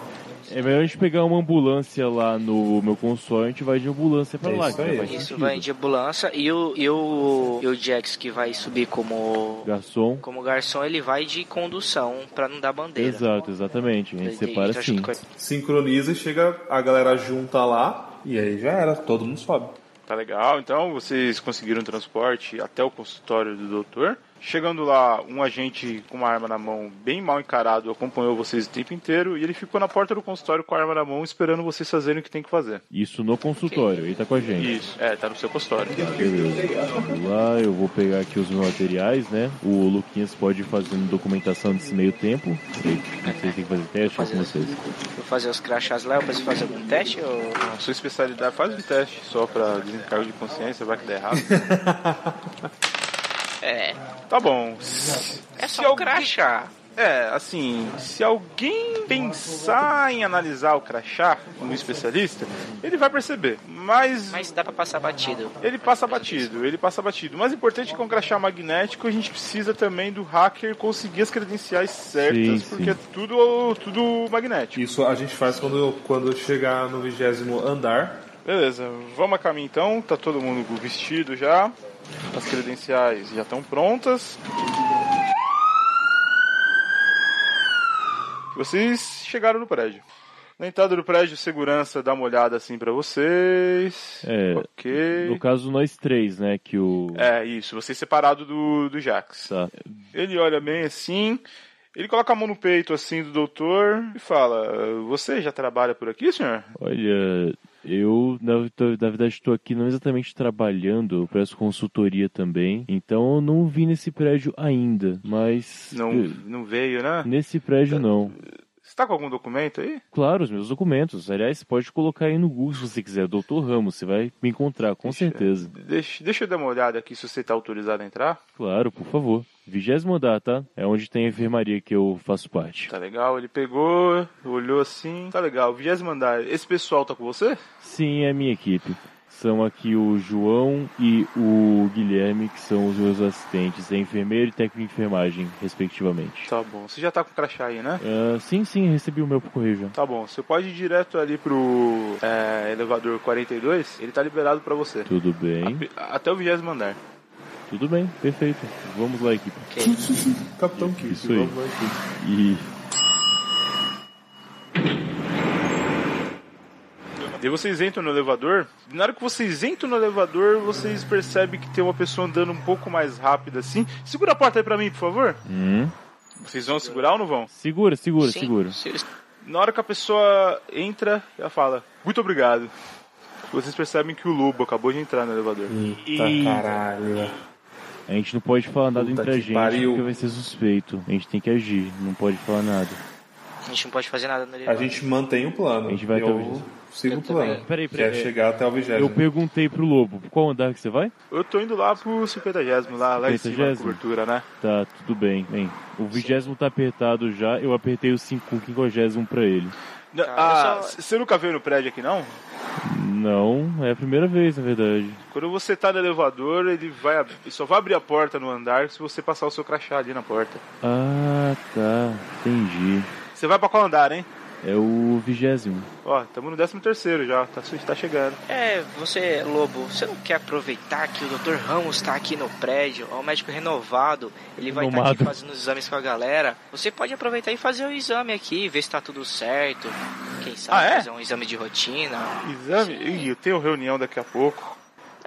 Speaker 3: É melhor a gente pegar uma ambulância lá no meu consultório, a gente vai de ambulância pra
Speaker 4: É
Speaker 3: lá.
Speaker 4: isso
Speaker 3: que
Speaker 4: aí.
Speaker 3: faz
Speaker 9: Isso
Speaker 3: sentido.
Speaker 9: vai de ambulância. E o, e o, e o Jax que vai subir como,
Speaker 3: Garçom.
Speaker 9: como garçom, ele vai de condução pra não dar bandeira.
Speaker 3: Exato, exatamente. A gente
Speaker 9: Ele- ele
Speaker 3: separa assim.
Speaker 9: tá
Speaker 3: sim.
Speaker 9: junto com ele.
Speaker 4: Sincroniza e chega, a galera junta lá, e aí já era, todo mundo sobe.
Speaker 2: Tá legal, então vocês conseguiram transporte até o consultório do doutor. Chegando lá, um agente com uma arma na mão, bem mal encarado, acompanhou vocês o tempo inteiro e ele ficou na porta do consultório com a arma na mão, esperando vocês fazerem o que tem que fazer.
Speaker 3: Isso no consultório, ele tá com a gente.
Speaker 2: Isso, é, tá no seu consultório.
Speaker 3: Tá, beleza. Vamos lá, eu vou pegar aqui os meus materiais, né? O Luquinhas pode ir fazendo documentação nesse meio tempo. Não sei se tem que fazer teste ou com vocês.
Speaker 9: Vou fazer os crachás lá, eu preciso fazer algum teste ou...
Speaker 2: A sua especialidade, faz um teste só pra desencargo de consciência, vai que der
Speaker 9: <laughs>
Speaker 2: errado.
Speaker 9: É,
Speaker 2: Tá bom.
Speaker 9: é
Speaker 2: Se
Speaker 9: só um
Speaker 2: alguém-
Speaker 9: crachá.
Speaker 2: É, assim, se alguém pensar em analisar o crachá um especialista, ele vai perceber. Mas
Speaker 9: Mas dá pra passar batido.
Speaker 2: Ele passa batido, ele passa batido. Mas o importante é que com o crachá magnético a gente precisa também do hacker conseguir as credenciais certas,
Speaker 3: Sim,
Speaker 2: porque é tudo, tudo magnético.
Speaker 4: Isso a gente faz quando, quando chegar no vigésimo andar.
Speaker 2: Beleza, vamos a caminho então. Tá todo mundo vestido já. As credenciais já estão prontas. Vocês chegaram no prédio. Na entrada do prédio, segurança dá uma olhada assim pra vocês.
Speaker 3: É,
Speaker 2: ok.
Speaker 3: No caso, nós três, né? Que o.
Speaker 2: É, isso. Você separado do, do Jax.
Speaker 3: Tá.
Speaker 2: Ele olha bem assim, ele coloca a mão no peito assim do doutor e fala: Você já trabalha por aqui, senhor?
Speaker 3: Olha, eu na, tô- na verdade estou aqui não exatamente trabalhando, eu presto consultoria também. Então eu não vim nesse prédio ainda, mas.
Speaker 2: Não,
Speaker 3: eh,
Speaker 2: não veio, né?
Speaker 3: Nesse prédio não.
Speaker 2: Você tá com algum documento aí?
Speaker 3: Claro, os meus documentos. Aliás, pode colocar aí no Google se você quiser. Doutor Ramos, você vai me encontrar, com certeza.
Speaker 2: Deixa, deixa eu dar uma olhada aqui se você tá autorizado a entrar.
Speaker 3: Claro, por favor. Vigésimo andar, tá? É onde tem a enfermaria que eu faço parte.
Speaker 2: Tá legal, ele pegou, olhou assim. Tá legal, vigésimo andar. Esse pessoal tá com você?
Speaker 3: Sim, é a minha equipe. São aqui o João e o Guilherme, que são os meus assistentes, é enfermeiro e técnico de enfermagem, respectivamente.
Speaker 2: Tá bom, você já tá com o crachá aí, né?
Speaker 3: Ah, sim, sim, recebi o meu por correio já.
Speaker 2: Tá bom, você pode ir direto ali pro é, elevador 42, ele tá liberado pra você.
Speaker 3: Tudo bem,
Speaker 2: Ape- Até o vigésimo andar.
Speaker 3: tudo bem, perfeito. Vamos lá, equipe.
Speaker 4: <laughs> Capitão Kirk,
Speaker 3: Isso aí.
Speaker 4: vamos lá, Kirk.
Speaker 3: E
Speaker 2: E vocês entram no elevador. Na hora que vocês entram no elevador, vocês percebem que tem uma pessoa andando um pouco mais rápida assim. Segura a porta aí pra mim, por favor.
Speaker 3: Hum.
Speaker 2: Vocês vão segurar ou não vão?
Speaker 3: segura, segura,
Speaker 9: Sim,
Speaker 3: segura.
Speaker 9: se-
Speaker 2: Na hora que a pessoa entra, ela fala: Muito obrigado. Vocês percebem que o Lobo acabou de entrar no elevador.
Speaker 4: Eita, Tá, caralho.
Speaker 3: A gente não pode falar nada
Speaker 4: Puta
Speaker 3: entre a
Speaker 4: que
Speaker 3: gente,
Speaker 4: pariu.
Speaker 3: porque vai ser suspeito. A gente tem que agir, não pode falar nada.
Speaker 9: A gente não pode fazer nada no
Speaker 4: A
Speaker 9: elevador.
Speaker 4: gente mantém o plano.
Speaker 3: A gente vai até o
Speaker 4: Eu
Speaker 3: vigésimo.
Speaker 4: sigo
Speaker 9: Eu
Speaker 4: o plano.
Speaker 9: também.
Speaker 3: Peraí,
Speaker 4: Que é
Speaker 3: peraí.
Speaker 4: chegar até o vigésimo.
Speaker 3: Eu perguntei pro Lobo, qual andar que você vai?
Speaker 2: Eu tô indo lá pro 50 lá, lá em cima da
Speaker 3: 50º?
Speaker 2: cobertura, né?
Speaker 3: Tá, tudo bem. Bem, o vigésimo tá apertado já, eu apertei o 50 pra ele.
Speaker 2: N-
Speaker 9: Ah,
Speaker 2: Ah,
Speaker 9: eu só-
Speaker 2: c- você nunca veio no prédio aqui, não?
Speaker 3: Não, é a primeira vez, na verdade.
Speaker 2: Quando você tá no elevador, ele vai ab- ele só vai abrir a porta no andar se você passar o seu crachá ali na porta.
Speaker 3: Ah, tá, entendi.
Speaker 2: Você vai pra qual andar, hein?
Speaker 3: É o vigésimo.
Speaker 2: Ó, tamo no 13 terceiro já, tá, su- tá chegando.
Speaker 9: É, você, Lobo, você não quer aproveitar que o Dr. Ramos tá aqui no prédio, é um médico renovado, ele vai estar aqui
Speaker 3: Renomado.
Speaker 9: fazendo os exames com a galera. Você pode aproveitar e fazer o exame aqui, ver se tá tudo certo. Quem sabe
Speaker 2: Ah, é?
Speaker 9: fazer um exame de rotina.
Speaker 2: Exame? Ih, eu tenho reunião daqui a pouco.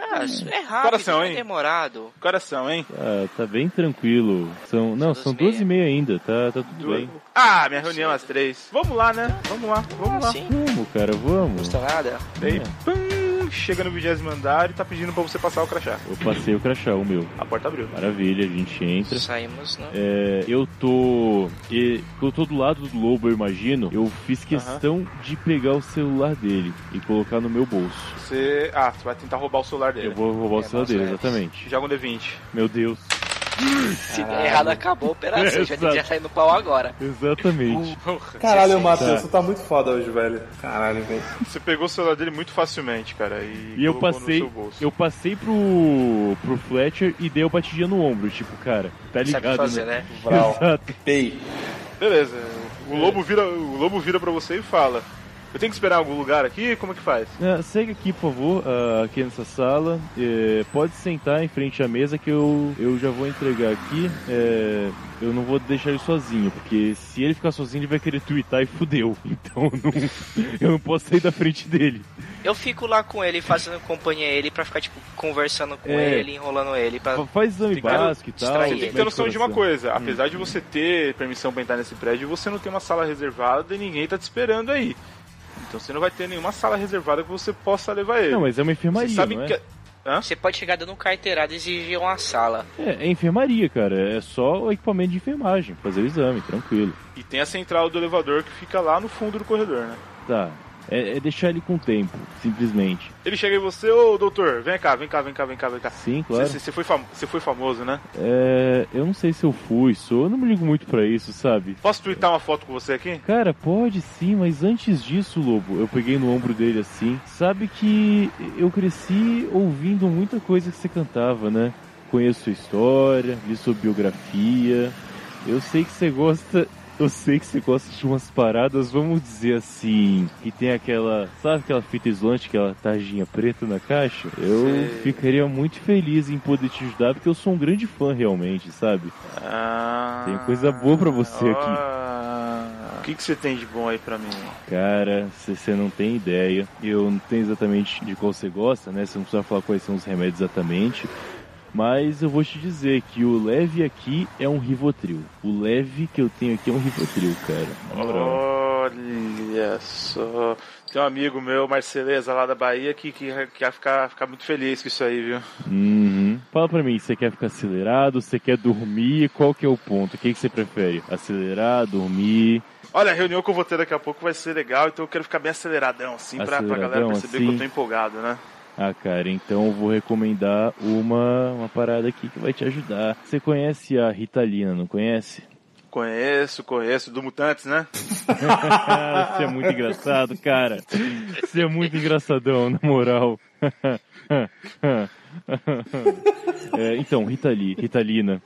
Speaker 9: Ah, é rápido,
Speaker 2: Coração,
Speaker 9: não é
Speaker 2: hein?
Speaker 9: demorado.
Speaker 2: Coração, hein?
Speaker 3: Ah, tá bem tranquilo. São, não,
Speaker 9: São
Speaker 3: são
Speaker 9: duas
Speaker 3: duas e meia ainda, tá, tá tudo bem.
Speaker 2: Ah, minha reunião às três. Vamos lá, né? Vamos lá, vamos lá.
Speaker 9: Assim, não
Speaker 3: Vamos, cara, vamos.
Speaker 9: custa nada.
Speaker 2: Daí, pum, chega no vigésimo andar e tá pedindo pra você passar o crachá.
Speaker 3: Eu passei o crachá, o meu.
Speaker 2: A porta abriu.
Speaker 3: Maravilha, a gente entra.
Speaker 9: Saímos, não.
Speaker 3: É, eu tô. e- Eu tô do lado do lobo, eu imagino. Eu fiz questão de pegar o celular dele e colocar no meu bolso.
Speaker 2: Você. Ah, você vai tentar roubar o celular dele.
Speaker 3: Eu vou roubar o
Speaker 9: É,
Speaker 3: celular
Speaker 9: nossa,
Speaker 3: dele,
Speaker 9: é.
Speaker 3: exatamente.
Speaker 2: Joga um D20.
Speaker 3: Meu Deus.
Speaker 9: Se der errado, acabou a operação. Já,
Speaker 3: Exato. Tá
Speaker 9: já saiu no pau agora.
Speaker 3: Exatamente.
Speaker 4: Caralho, Matheus,
Speaker 3: Tá.
Speaker 4: você tá muito foda hoje, velho. Caralho, velho.
Speaker 2: Você pegou o celular dele muito facilmente, cara. E,
Speaker 3: E eu
Speaker 2: colocou
Speaker 3: passei,
Speaker 2: No seu bolso.
Speaker 3: eu passei pro, pro Fletcher e dei uma batidinha no ombro, tipo, cara, tá ligado,
Speaker 9: Sabe fazer,
Speaker 3: né?
Speaker 9: né?
Speaker 4: Brau.
Speaker 3: <laughs> Exato.
Speaker 4: Pei.
Speaker 2: Beleza. O
Speaker 3: É.
Speaker 2: lobo vira, o lobo vira para você e fala: "Eu tenho que esperar em algum lugar aqui? Como é que faz?"
Speaker 3: Ah, segue aqui, por favor, ah, aqui nessa sala. É, pode sentar em frente à mesa que eu, eu já vou entregar aqui. É, eu não vou deixar ele sozinho, porque se ele ficar sozinho, ele vai querer twittar e fudeu. <laughs> Então eu não- eu não posso sair da frente dele.
Speaker 9: Eu fico lá com ele, fazendo companhia a ele, pra ficar, tipo, conversando com
Speaker 3: É.
Speaker 9: ele, enrolando ele. Pra...
Speaker 3: Fa- Faz exame
Speaker 2: Ficaram
Speaker 3: básico e tal.
Speaker 2: Você
Speaker 9: distraídos.
Speaker 2: tem que
Speaker 3: mede
Speaker 2: ter noção de uma
Speaker 3: coração.
Speaker 2: coisa, apesar de
Speaker 3: Hum.
Speaker 2: você ter permissão pra entrar nesse prédio, você não tem uma sala reservada e ninguém tá te esperando aí. Então você não vai ter nenhuma sala reservada que você possa levar ele.
Speaker 3: Não, mas é uma enfermaria,
Speaker 2: você sabe
Speaker 3: não é?
Speaker 2: que Hã?
Speaker 9: Você pode chegar
Speaker 4: um
Speaker 9: dando carteirada e exigir uma sala.
Speaker 3: É, é enfermaria, cara. É só o equipamento de enfermagem, fazer o exame, tranquilo.
Speaker 2: E tem a central do elevador que fica lá no fundo do corredor, né?
Speaker 3: Tá. É, é deixar ele com o tempo, simplesmente.
Speaker 2: Ele chega em você, ô doutor, vem cá, vem cá, vem cá, vem cá, vem cá.
Speaker 3: Sim, claro.
Speaker 2: Você você foi, fam- você foi famoso, né?
Speaker 3: É, eu não sei se eu fui, sou, eu não me ligo muito pra isso, sabe?
Speaker 2: Posso twittar uma foto com você aqui?
Speaker 3: Cara, pode sim, mas antes disso, Lobo, eu peguei no ombro dele assim. Sabe que eu cresci ouvindo muita coisa que você cantava, né? Conheço sua história, li sua biografia. Eu sei que você gosta. <laughs> Eu sei que você gosta de umas paradas, vamos dizer assim, que tem aquela. Sabe aquela fita isolante, aquela tarjinha preta na caixa? Eu
Speaker 2: Sei.
Speaker 3: ficaria muito feliz em poder te ajudar, porque eu sou um grande fã realmente, sabe?
Speaker 2: Ah,
Speaker 3: Tem coisa boa pra você aqui.
Speaker 2: aqui. O que, que você tem de bom aí pra mim?
Speaker 3: Cara, você não tem ideia. Eu não tenho exatamente de qual você gosta, né? Você não precisa falar quais são os remédios exatamente. Mas eu vou te dizer que o leve aqui é um Rivotril. O leve que eu tenho aqui é um Rivotril, cara. Na moral.
Speaker 2: Olha só. Tem um amigo meu, Marceleza, lá da Bahia, que, que, que vai ficar, ficar muito feliz com isso aí, viu?
Speaker 3: Uhum. Fala pra mim, você quer ficar acelerado? Você quer dormir? Qual que é o ponto? O que, que você prefere? Acelerar, dormir?
Speaker 2: Olha, a reunião que eu vou ter daqui a pouco vai ser legal, então eu quero ficar bem aceleradão, assim, pra, pra galera
Speaker 3: Aceleradão,
Speaker 2: perceber que
Speaker 3: assim?
Speaker 2: eu tô empolgado, né?
Speaker 3: Ah, cara, então eu vou recomendar uma, uma parada aqui que vai te ajudar. Você conhece a Ritalina, não conhece?
Speaker 2: Conheço, conheço, do Mutantes, né?
Speaker 3: Cara, você é muito engraçado, cara. Você é muito engraçadão, na moral. É, então, Ritali, Ritalina,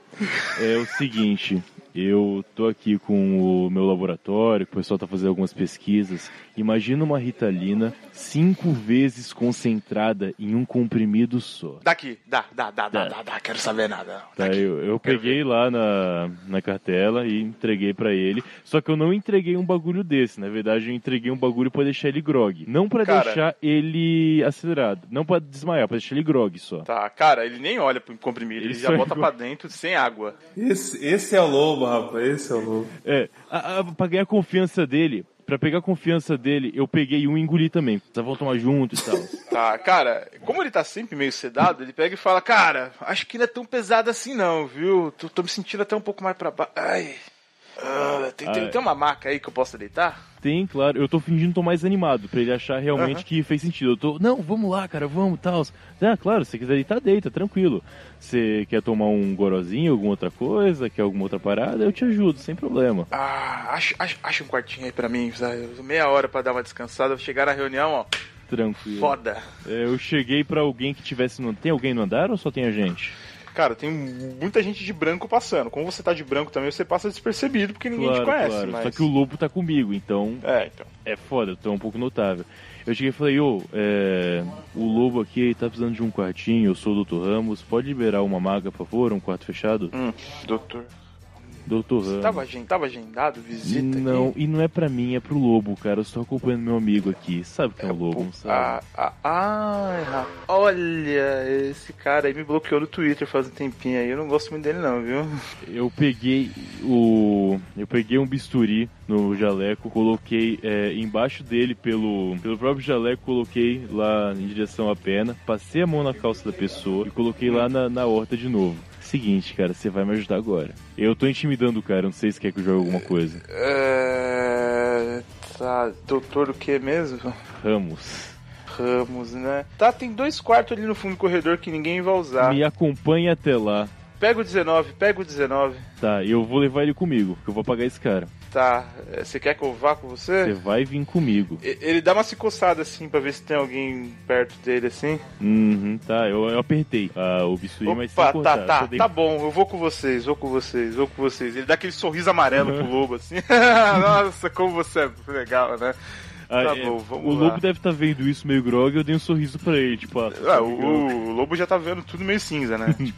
Speaker 3: é o seguinte. Eu tô aqui com o meu laboratório, que o pessoal tá fazendo algumas pesquisas. Imagina uma Ritalina cinco vezes concentrada em um comprimido só.
Speaker 2: Daqui, dá, dá, dá, dá,
Speaker 3: Dá.
Speaker 2: dá, dá, quero saber nada.
Speaker 3: Tá, eu, eu peguei lá na, na cartela e entreguei pra ele. Só que eu não entreguei um bagulho desse. Na verdade, eu entreguei um bagulho pra deixar ele grog. Não pra
Speaker 2: Cara.
Speaker 3: deixar ele acelerado. Não pra desmaiar, pra deixar ele grog só.
Speaker 2: Tá, cara, ele nem olha pro comprimido, ele
Speaker 3: Ele
Speaker 2: já
Speaker 3: só
Speaker 2: bota
Speaker 3: engole.
Speaker 2: pra dentro sem água.
Speaker 4: Esse, esse é o lobo, rapaz. Esse é o lobo.
Speaker 3: É, a, a, pra ganhar a confiança dele, pra Pra pegar a confiança dele, eu peguei um e engoli também. Tá, vão tomar junto e tal.
Speaker 2: Tá, cara, como ele tá sempre meio sedado, ele pega e fala, cara, acho que não é tão pesado assim não, viu? Tô, tô me sentindo até um pouco mais pra baixo. Ai. Ah, tem, tem-
Speaker 3: Ai.
Speaker 2: tem uma maca aí que eu posso deitar?
Speaker 3: Tem, claro. Eu tô fingindo que tô mais animado, pra ele achar realmente
Speaker 2: Aham.
Speaker 3: que fez sentido. Eu tô, não, vamos lá, cara, vamos, tal. Ah, claro, se você quiser deitar, deita, tá tranquilo. Você quer tomar um gorozinho, alguma outra coisa, quer alguma outra parada, eu te ajudo, sem problema.
Speaker 2: Ah, acha, acha, acha um quartinho aí pra mim, sabe? meia hora pra dar uma descansada, chegar na reunião, ó,
Speaker 3: Tranquilo.
Speaker 2: foda.
Speaker 3: É, eu cheguei pra alguém que tivesse no... Tem alguém no andar ou só tem a gente?
Speaker 2: Cara, tem muita gente de branco passando. Como você tá de branco também, você passa despercebido, porque ninguém te
Speaker 3: Claro,
Speaker 2: conhece.
Speaker 3: claro.
Speaker 2: mas-
Speaker 3: Só que o lobo tá comigo, então...
Speaker 2: É, então.
Speaker 3: É foda, eu tô um pouco notável. Eu cheguei e falei, ô, é, o lobo aqui ele tá precisando de um quartinho, eu sou o Dr. Ramos, pode liberar uma maga, por favor, um quarto fechado?
Speaker 2: Hum, doutor.
Speaker 3: Dr. Ramos.
Speaker 2: Você tava, agen- tava agendado visita
Speaker 3: Não,
Speaker 2: aqui?
Speaker 3: e não é pra mim, é pro lobo, cara. Eu só tô acompanhando meu amigo aqui. Sabe quem é o lobo, não sabe?
Speaker 2: Ah, ah, ai, rapaz. Olha, esse cara aí me bloqueou no Twitter faz um tempinho aí. Eu não gosto muito dele, não, viu?
Speaker 3: Eu peguei o. Eu peguei um bisturi no jaleco, coloquei é, embaixo dele pelo. Pelo próprio jaleco, coloquei lá em direção à perna, passei a mão na calça da pessoa e coloquei lá na, na horta de novo. Seguinte, cara, você vai me ajudar agora. Eu tô intimidando o cara, não sei se quer que eu jogue alguma coisa.
Speaker 2: É. Tá, doutor, o que mesmo?
Speaker 3: Ramos,
Speaker 2: Ramos, né? Tá, tem dois quartos ali no fundo do corredor que ninguém vai usar.
Speaker 3: me acompanha até lá.
Speaker 2: Pega o 19, pega o 19.
Speaker 3: Tá, eu vou levar ele comigo, porque eu vou pagar esse cara.
Speaker 2: Tá, é, você quer que eu vá com você?
Speaker 3: Você vai vir comigo.
Speaker 2: E- Ele dá uma se coçada assim pra ver se tem alguém perto dele assim.
Speaker 3: Uhum, tá, eu, eu apertei ah, o bisturi, mas sem
Speaker 2: Opa,
Speaker 3: cortar.
Speaker 2: tá,
Speaker 3: só
Speaker 2: tá,
Speaker 3: dei-
Speaker 2: tá bom, eu vou com vocês, vou com vocês, vou com vocês. Ele dá aquele sorriso amarelo
Speaker 3: Uhum.
Speaker 2: pro lobo assim. <laughs> Nossa, como você é legal, né?
Speaker 3: Ah,
Speaker 2: tá
Speaker 3: é,
Speaker 2: bom, vamos
Speaker 3: o
Speaker 2: lá.
Speaker 3: lobo deve estar vendo isso meio grog, eu dei um sorriso pra ele, tipo, ah,
Speaker 2: Ah, o, o lobo já tá vendo tudo meio cinza,
Speaker 3: <laughs>
Speaker 2: né? tipo,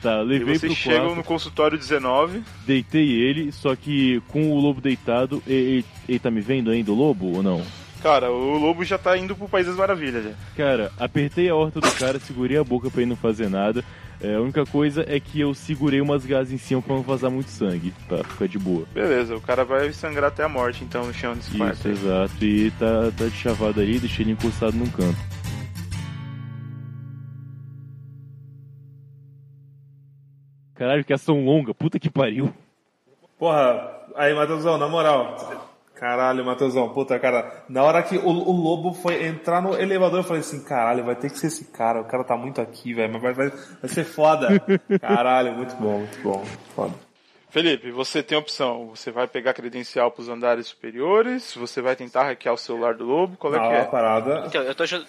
Speaker 3: tá,
Speaker 2: e
Speaker 3: levei pro
Speaker 2: vocês
Speaker 3: quarto,
Speaker 2: chegam no consultório 19.
Speaker 3: deitei ele, só que com o lobo deitado, e- e- ele, tá me vendo ainda, o lobo, ou não?
Speaker 2: Cara, o lobo já tá indo pro País das Maravilhas. já.
Speaker 3: Cara, apertei a horta do cara, segurei a boca pra ele não fazer nada, É, a única coisa é que eu segurei umas gás em cima pra não vazar muito sangue, tá, fica de boa.
Speaker 2: Beleza, o cara vai sangrar até a morte então no chão desse quarto.
Speaker 3: Isso, exato, e tá, tá de chavada aí, deixei ele encostado num canto. Caralho, que ação longa, puta que pariu.
Speaker 4: Porra, aí, Matheusão, na moral. Caralho, Matheusão, puta, cara. Na hora que o, o lobo foi entrar no elevador, eu falei assim: caralho, vai ter que ser esse cara. O cara tá muito aqui, velho, mas vai, vai, vai
Speaker 2: <laughs>
Speaker 4: ser foda. Caralho, muito bom, muito bom. Foda.
Speaker 2: Felipe, você tem opção. Você vai pegar credencial pros andares superiores, você vai tentar hackear o celular do lobo, qual é
Speaker 4: Não,
Speaker 2: que
Speaker 4: a
Speaker 2: é?
Speaker 4: parada.
Speaker 9: Então, eu tô junto.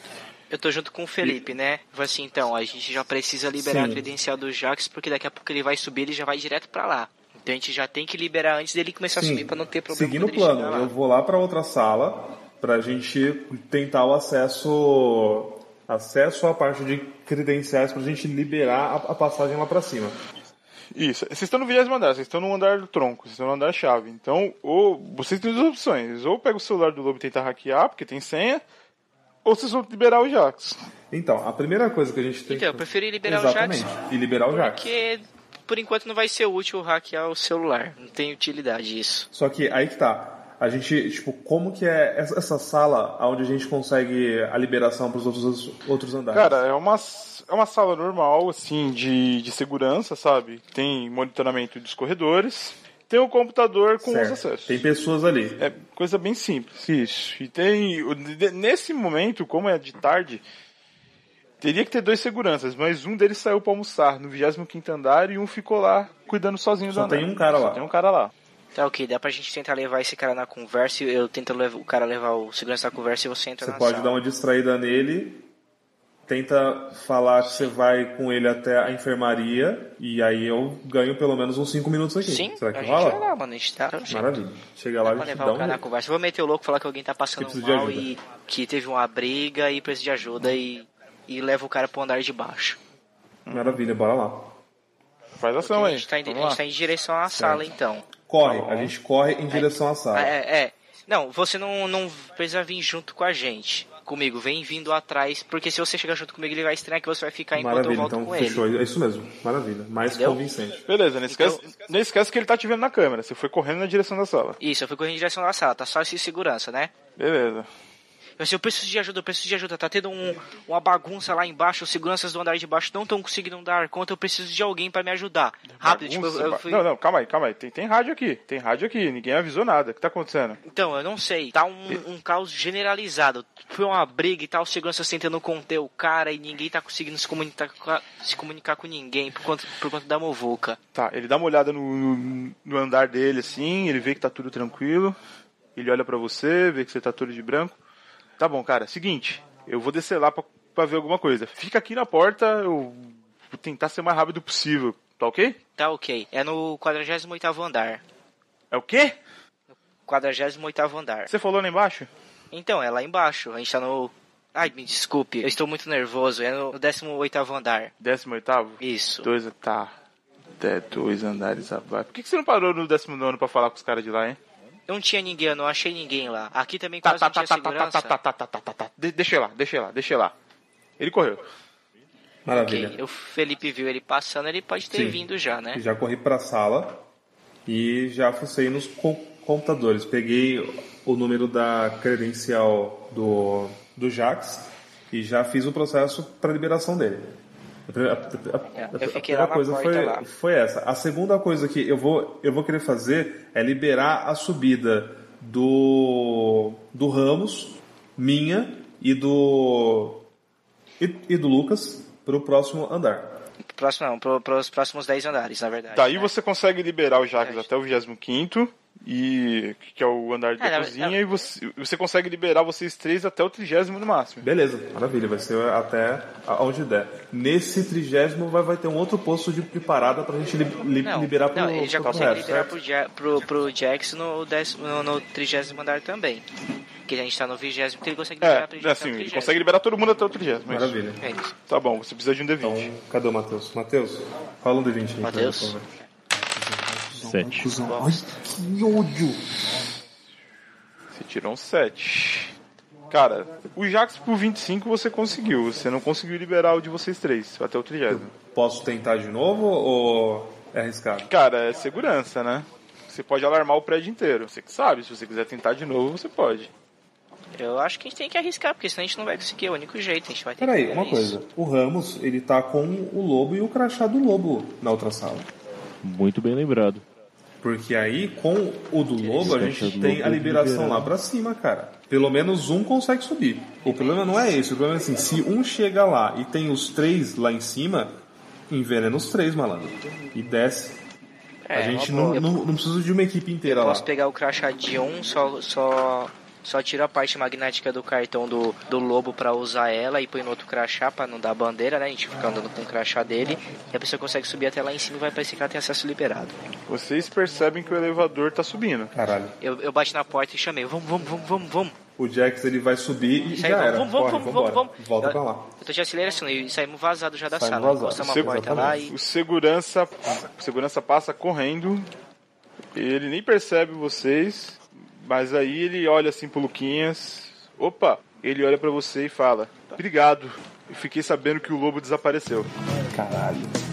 Speaker 9: Eu tô junto com o Felipe, né? Falei assim, então, a gente já precisa liberar
Speaker 4: Sim.
Speaker 9: a credencial do Jax, porque daqui a pouco ele vai subir, ele já vai direto pra lá. Então a gente já tem que liberar antes dele começar a subir pra não ter problema
Speaker 4: Seguindo o
Speaker 9: quando ele chegar
Speaker 4: plano,
Speaker 9: lá.
Speaker 4: eu vou lá pra outra sala pra gente tentar o acesso acesso à parte de credenciais pra gente liberar a, a passagem lá pra cima.
Speaker 2: Isso. Vocês estão no vigésimo andar, vocês estão no andar do tronco, vocês estão no andar chave. Então, ou vocês têm duas opções. Ou pega o celular do lobo e tenta hackear, porque tem senha, ou vocês vão liberar o Jax.
Speaker 4: Então, a primeira coisa que a gente tem
Speaker 9: Então, eu preferi liberar
Speaker 4: Exatamente.
Speaker 9: o Jax,
Speaker 4: E liberar o Jax.
Speaker 9: porque por enquanto não vai ser útil hackear o celular. Não tem utilidade isso.
Speaker 4: Só que aí que tá. A gente, tipo, como que é essa, essa sala onde a gente consegue a liberação pros outros, outros andares?
Speaker 2: Cara, é uma, é uma sala normal, assim, de, de segurança, sabe? Tem monitoramento dos corredores, tem um computador com os
Speaker 4: Certo.
Speaker 2: acessos.
Speaker 4: Tem pessoas ali.
Speaker 2: É coisa bem simples. Isso. E tem. o- de- Nesse momento, como é de tarde, teria que ter dois seguranças, mas um deles saiu pra almoçar no 25 andar e um ficou lá cuidando sozinho
Speaker 4: Só
Speaker 2: do andar.
Speaker 4: tem um cara lá.
Speaker 2: Tem um cara lá.
Speaker 9: Tá ok, dá pra gente tentar levar esse cara na conversa, e eu tento levar, o cara levar o segurança na conversa e você entra
Speaker 4: Você
Speaker 9: na
Speaker 4: pode
Speaker 9: sala.
Speaker 4: dar um uma distraída nele, tenta falar que você vai com ele até a enfermaria, e aí eu ganho pelo menos uns 5 minutos aqui.
Speaker 9: Sim,
Speaker 4: Será que
Speaker 9: a gente vai
Speaker 4: rola?
Speaker 9: lá, mano. A gente tá.
Speaker 4: Maravilha. Chega lá, a
Speaker 9: Pra
Speaker 4: gente
Speaker 9: levar
Speaker 4: dá
Speaker 9: o cara
Speaker 4: um...
Speaker 9: na conversa. Vou meter o louco, falar que alguém tá passando
Speaker 4: Que precisa de
Speaker 9: mal
Speaker 4: ajuda.
Speaker 9: e que teve uma briga e precisa de ajuda e, e leva o cara pro andar de baixo.
Speaker 4: Então Maravilha, bora lá.
Speaker 2: Faz
Speaker 9: Porque
Speaker 2: ação
Speaker 9: a,
Speaker 2: aí.
Speaker 9: gente tá indo, a
Speaker 2: Vamos lá.
Speaker 9: gente tá em direção à sala, então.
Speaker 4: Corre, a
Speaker 9: É.
Speaker 4: gente corre em direção à
Speaker 9: Ah,
Speaker 4: sala.
Speaker 9: é, é. Não, você não, não precisa vir junto com a gente. comigo, vem vindo atrás, porque se você chegar junto comigo, ele vai estranhar que você vai ficar enquanto eu
Speaker 4: Maravilha,
Speaker 9: volto
Speaker 4: então
Speaker 9: com ele.
Speaker 4: fechou. É isso mesmo. Maravilha. Mais
Speaker 9: Entendeu?
Speaker 4: convincente.
Speaker 2: Beleza, não esquece,
Speaker 9: Então-
Speaker 2: não esquece que ele tá te vendo na câmera. Você foi correndo na direção da sala.
Speaker 9: Isso, eu fui correndo em direção à sala, tá só esse segurança, né?
Speaker 2: Beleza.
Speaker 9: Eu, assim, eu preciso de ajuda, eu preciso de ajuda. Tá tendo um- uma bagunça lá embaixo, os seguranças do andar de baixo não estão conseguindo dar conta, eu preciso de alguém pra me ajudar. Rápido, tipo,
Speaker 2: Bagunça,
Speaker 9: eu, eu
Speaker 2: ba-
Speaker 9: fui.
Speaker 2: Não, não, calma aí, calma aí. Tem, tem rádio aqui. Tem rádio aqui. Ninguém avisou nada. O que tá acontecendo?
Speaker 9: Então, eu não sei, tá um, um caos generalizado. Foi uma briga e tal, os seguranças tentando conter o cara e ninguém tá conseguindo se comunicar, com a- se comunicar com ninguém por conta, por conta da movuca.
Speaker 2: Tá, ele dá uma olhada no, no- no andar dele, assim, ele vê que tá tudo tranquilo. Ele olha pra você, vê que você tá todo de branco. Tá bom, cara, seguinte, eu vou descer lá pra, pra ver alguma coisa. Fica aqui na porta, eu vou tentar ser o mais rápido possível, tá ok?
Speaker 9: Tá ok, é no 48 andar.
Speaker 2: É o quê?
Speaker 9: 48 andar.
Speaker 2: Você falou lá embaixo?
Speaker 9: Então, é lá embaixo, a gente tá no. Ai, me desculpe, eu estou muito nervoso, é no 18 andar.
Speaker 2: 18?
Speaker 9: Isso.
Speaker 2: Dois, tá. Até dois andares abaixo. Por que, que você não parou no 19 pra falar com os caras de lá, hein?
Speaker 9: Não tinha ninguém, eu não achei ninguém lá. Aqui também
Speaker 2: Tá,
Speaker 9: quase
Speaker 2: tá,
Speaker 9: não
Speaker 2: tá,
Speaker 9: tinha
Speaker 2: tá, tá, tá,
Speaker 9: segurança.
Speaker 2: tá, tá, tá, tá, tá, tá. De- deixa eu ir lá, deixa eu ir lá, deixa eu ir lá. Ele correu.
Speaker 4: Maravilha.
Speaker 9: Ok, O Felipe viu ele passando, ele pode ter
Speaker 4: Sim.
Speaker 9: vindo já, né?
Speaker 4: Já corri pra sala e já fucei nos co- computadores. Peguei o número da credencial do, do Jax e já fiz o processo para liberação dele. A pri- a- a- a-
Speaker 9: É, Eu
Speaker 4: a
Speaker 9: fiquei
Speaker 4: primeira
Speaker 9: lá na
Speaker 4: coisa
Speaker 9: porta
Speaker 4: foi,
Speaker 9: lá.
Speaker 4: foi essa. A segunda coisa que eu vou, eu vou querer fazer é liberar a subida do, do Ramos, minha e do, e, e do Lucas para o próximo andar.
Speaker 9: Próximo não, pro, pros próximos 10 andares, na verdade. né?
Speaker 2: Daí você consegue liberar o Jacques até o 25 e que é o andar da
Speaker 9: É, na-
Speaker 2: cozinha e você, você consegue liberar vocês três até o 30 no máximo.
Speaker 4: Beleza, maravilha, vai ser até aonde der. Nesse trigésimo vai, vai ter um outro posto de de parada pra gente li, li-
Speaker 9: Não,
Speaker 4: liberar pro,
Speaker 9: não, ele já
Speaker 4: pro
Speaker 9: consegue
Speaker 4: resto,
Speaker 9: liberar
Speaker 4: certo?
Speaker 9: pro, Ja- pro, pro Jax no, décimo, no, no 30 andar também. Que a gente tá no 20 ele consegue liberar pra
Speaker 2: É,
Speaker 9: gente
Speaker 2: assim,
Speaker 9: até o
Speaker 2: ele
Speaker 9: 30º.
Speaker 2: consegue liberar todo mundo até o 30
Speaker 4: Maravilha. Então,
Speaker 9: É isso.
Speaker 2: Tá bom, você precisa de um D20.
Speaker 4: Cadê o Matheus? Matheus, rola um D20 aí. pra
Speaker 9: Matheus?
Speaker 4: mim, por favor.
Speaker 3: Sete.
Speaker 4: Ai, que ódio!
Speaker 2: Você tirou um 7. Cara, o Jax por 25 você conseguiu. Você não conseguiu liberar o de vocês três até o 30.
Speaker 4: Posso tentar de novo ou é arriscado?
Speaker 2: Cara, é segurança, né? Você pode alarmar o prédio inteiro. Você que sabe, se você quiser tentar de novo, você pode.
Speaker 9: Eu acho que a gente tem que arriscar, porque senão a gente não vai conseguir, é o único jeito, a gente vai ter que
Speaker 4: Peraí,
Speaker 9: fazer
Speaker 4: uma
Speaker 9: É isso.
Speaker 4: coisa. O Ramos, ele tá com o lobo e o crachá do lobo na outra sala.
Speaker 3: Muito bem lembrado.
Speaker 4: Porque aí, com o do lobo, a gente tem a liberação lá pra cima, cara. Pelo menos um consegue subir. O problema não é esse. O problema é assim, se um chega lá e tem os três lá em cima, envenena os três, malandro. E desce.
Speaker 9: É,
Speaker 4: a gente
Speaker 9: uma
Speaker 4: não,
Speaker 9: boa.
Speaker 4: não, não precisa de uma equipe inteira lá.
Speaker 9: Posso pegar o crachá de um, só, só, só tiro a parte magnética do cartão do, do lobo pra usar ela e põe no outro crachá pra não dar bandeira, né? A gente fica andando com o crachá dele e a pessoa consegue subir até lá em cima e vai pra esse cara tem acesso liberado.
Speaker 2: Vocês percebem que o elevador tá subindo.
Speaker 4: Caralho.
Speaker 9: Eu, eu bati na porta e chamei, vamos, vamos, vamos, vamos, vamos.
Speaker 4: O Jax, ele vai subir e
Speaker 9: Sai,
Speaker 4: já
Speaker 9: vamos,
Speaker 4: era.
Speaker 9: vamos,
Speaker 4: Corre,
Speaker 9: vamos,
Speaker 4: vambora.
Speaker 9: vamos, vamos. Tá.
Speaker 4: Volta
Speaker 9: Eu-
Speaker 4: pra lá.
Speaker 9: Eu tô te acelerando e saímos vazados já da
Speaker 4: Saímos
Speaker 9: sala.
Speaker 4: vazados,
Speaker 9: Encostamos a
Speaker 2: Segu-
Speaker 9: porta lá e.
Speaker 2: O segurança, o segurança passa correndo. Ele nem percebe vocês, mas aí ele olha assim pro Luquinhas. Opa, ele olha pra você e fala: "Obrigado. Eu fiquei sabendo que o lobo desapareceu."
Speaker 4: Caralho.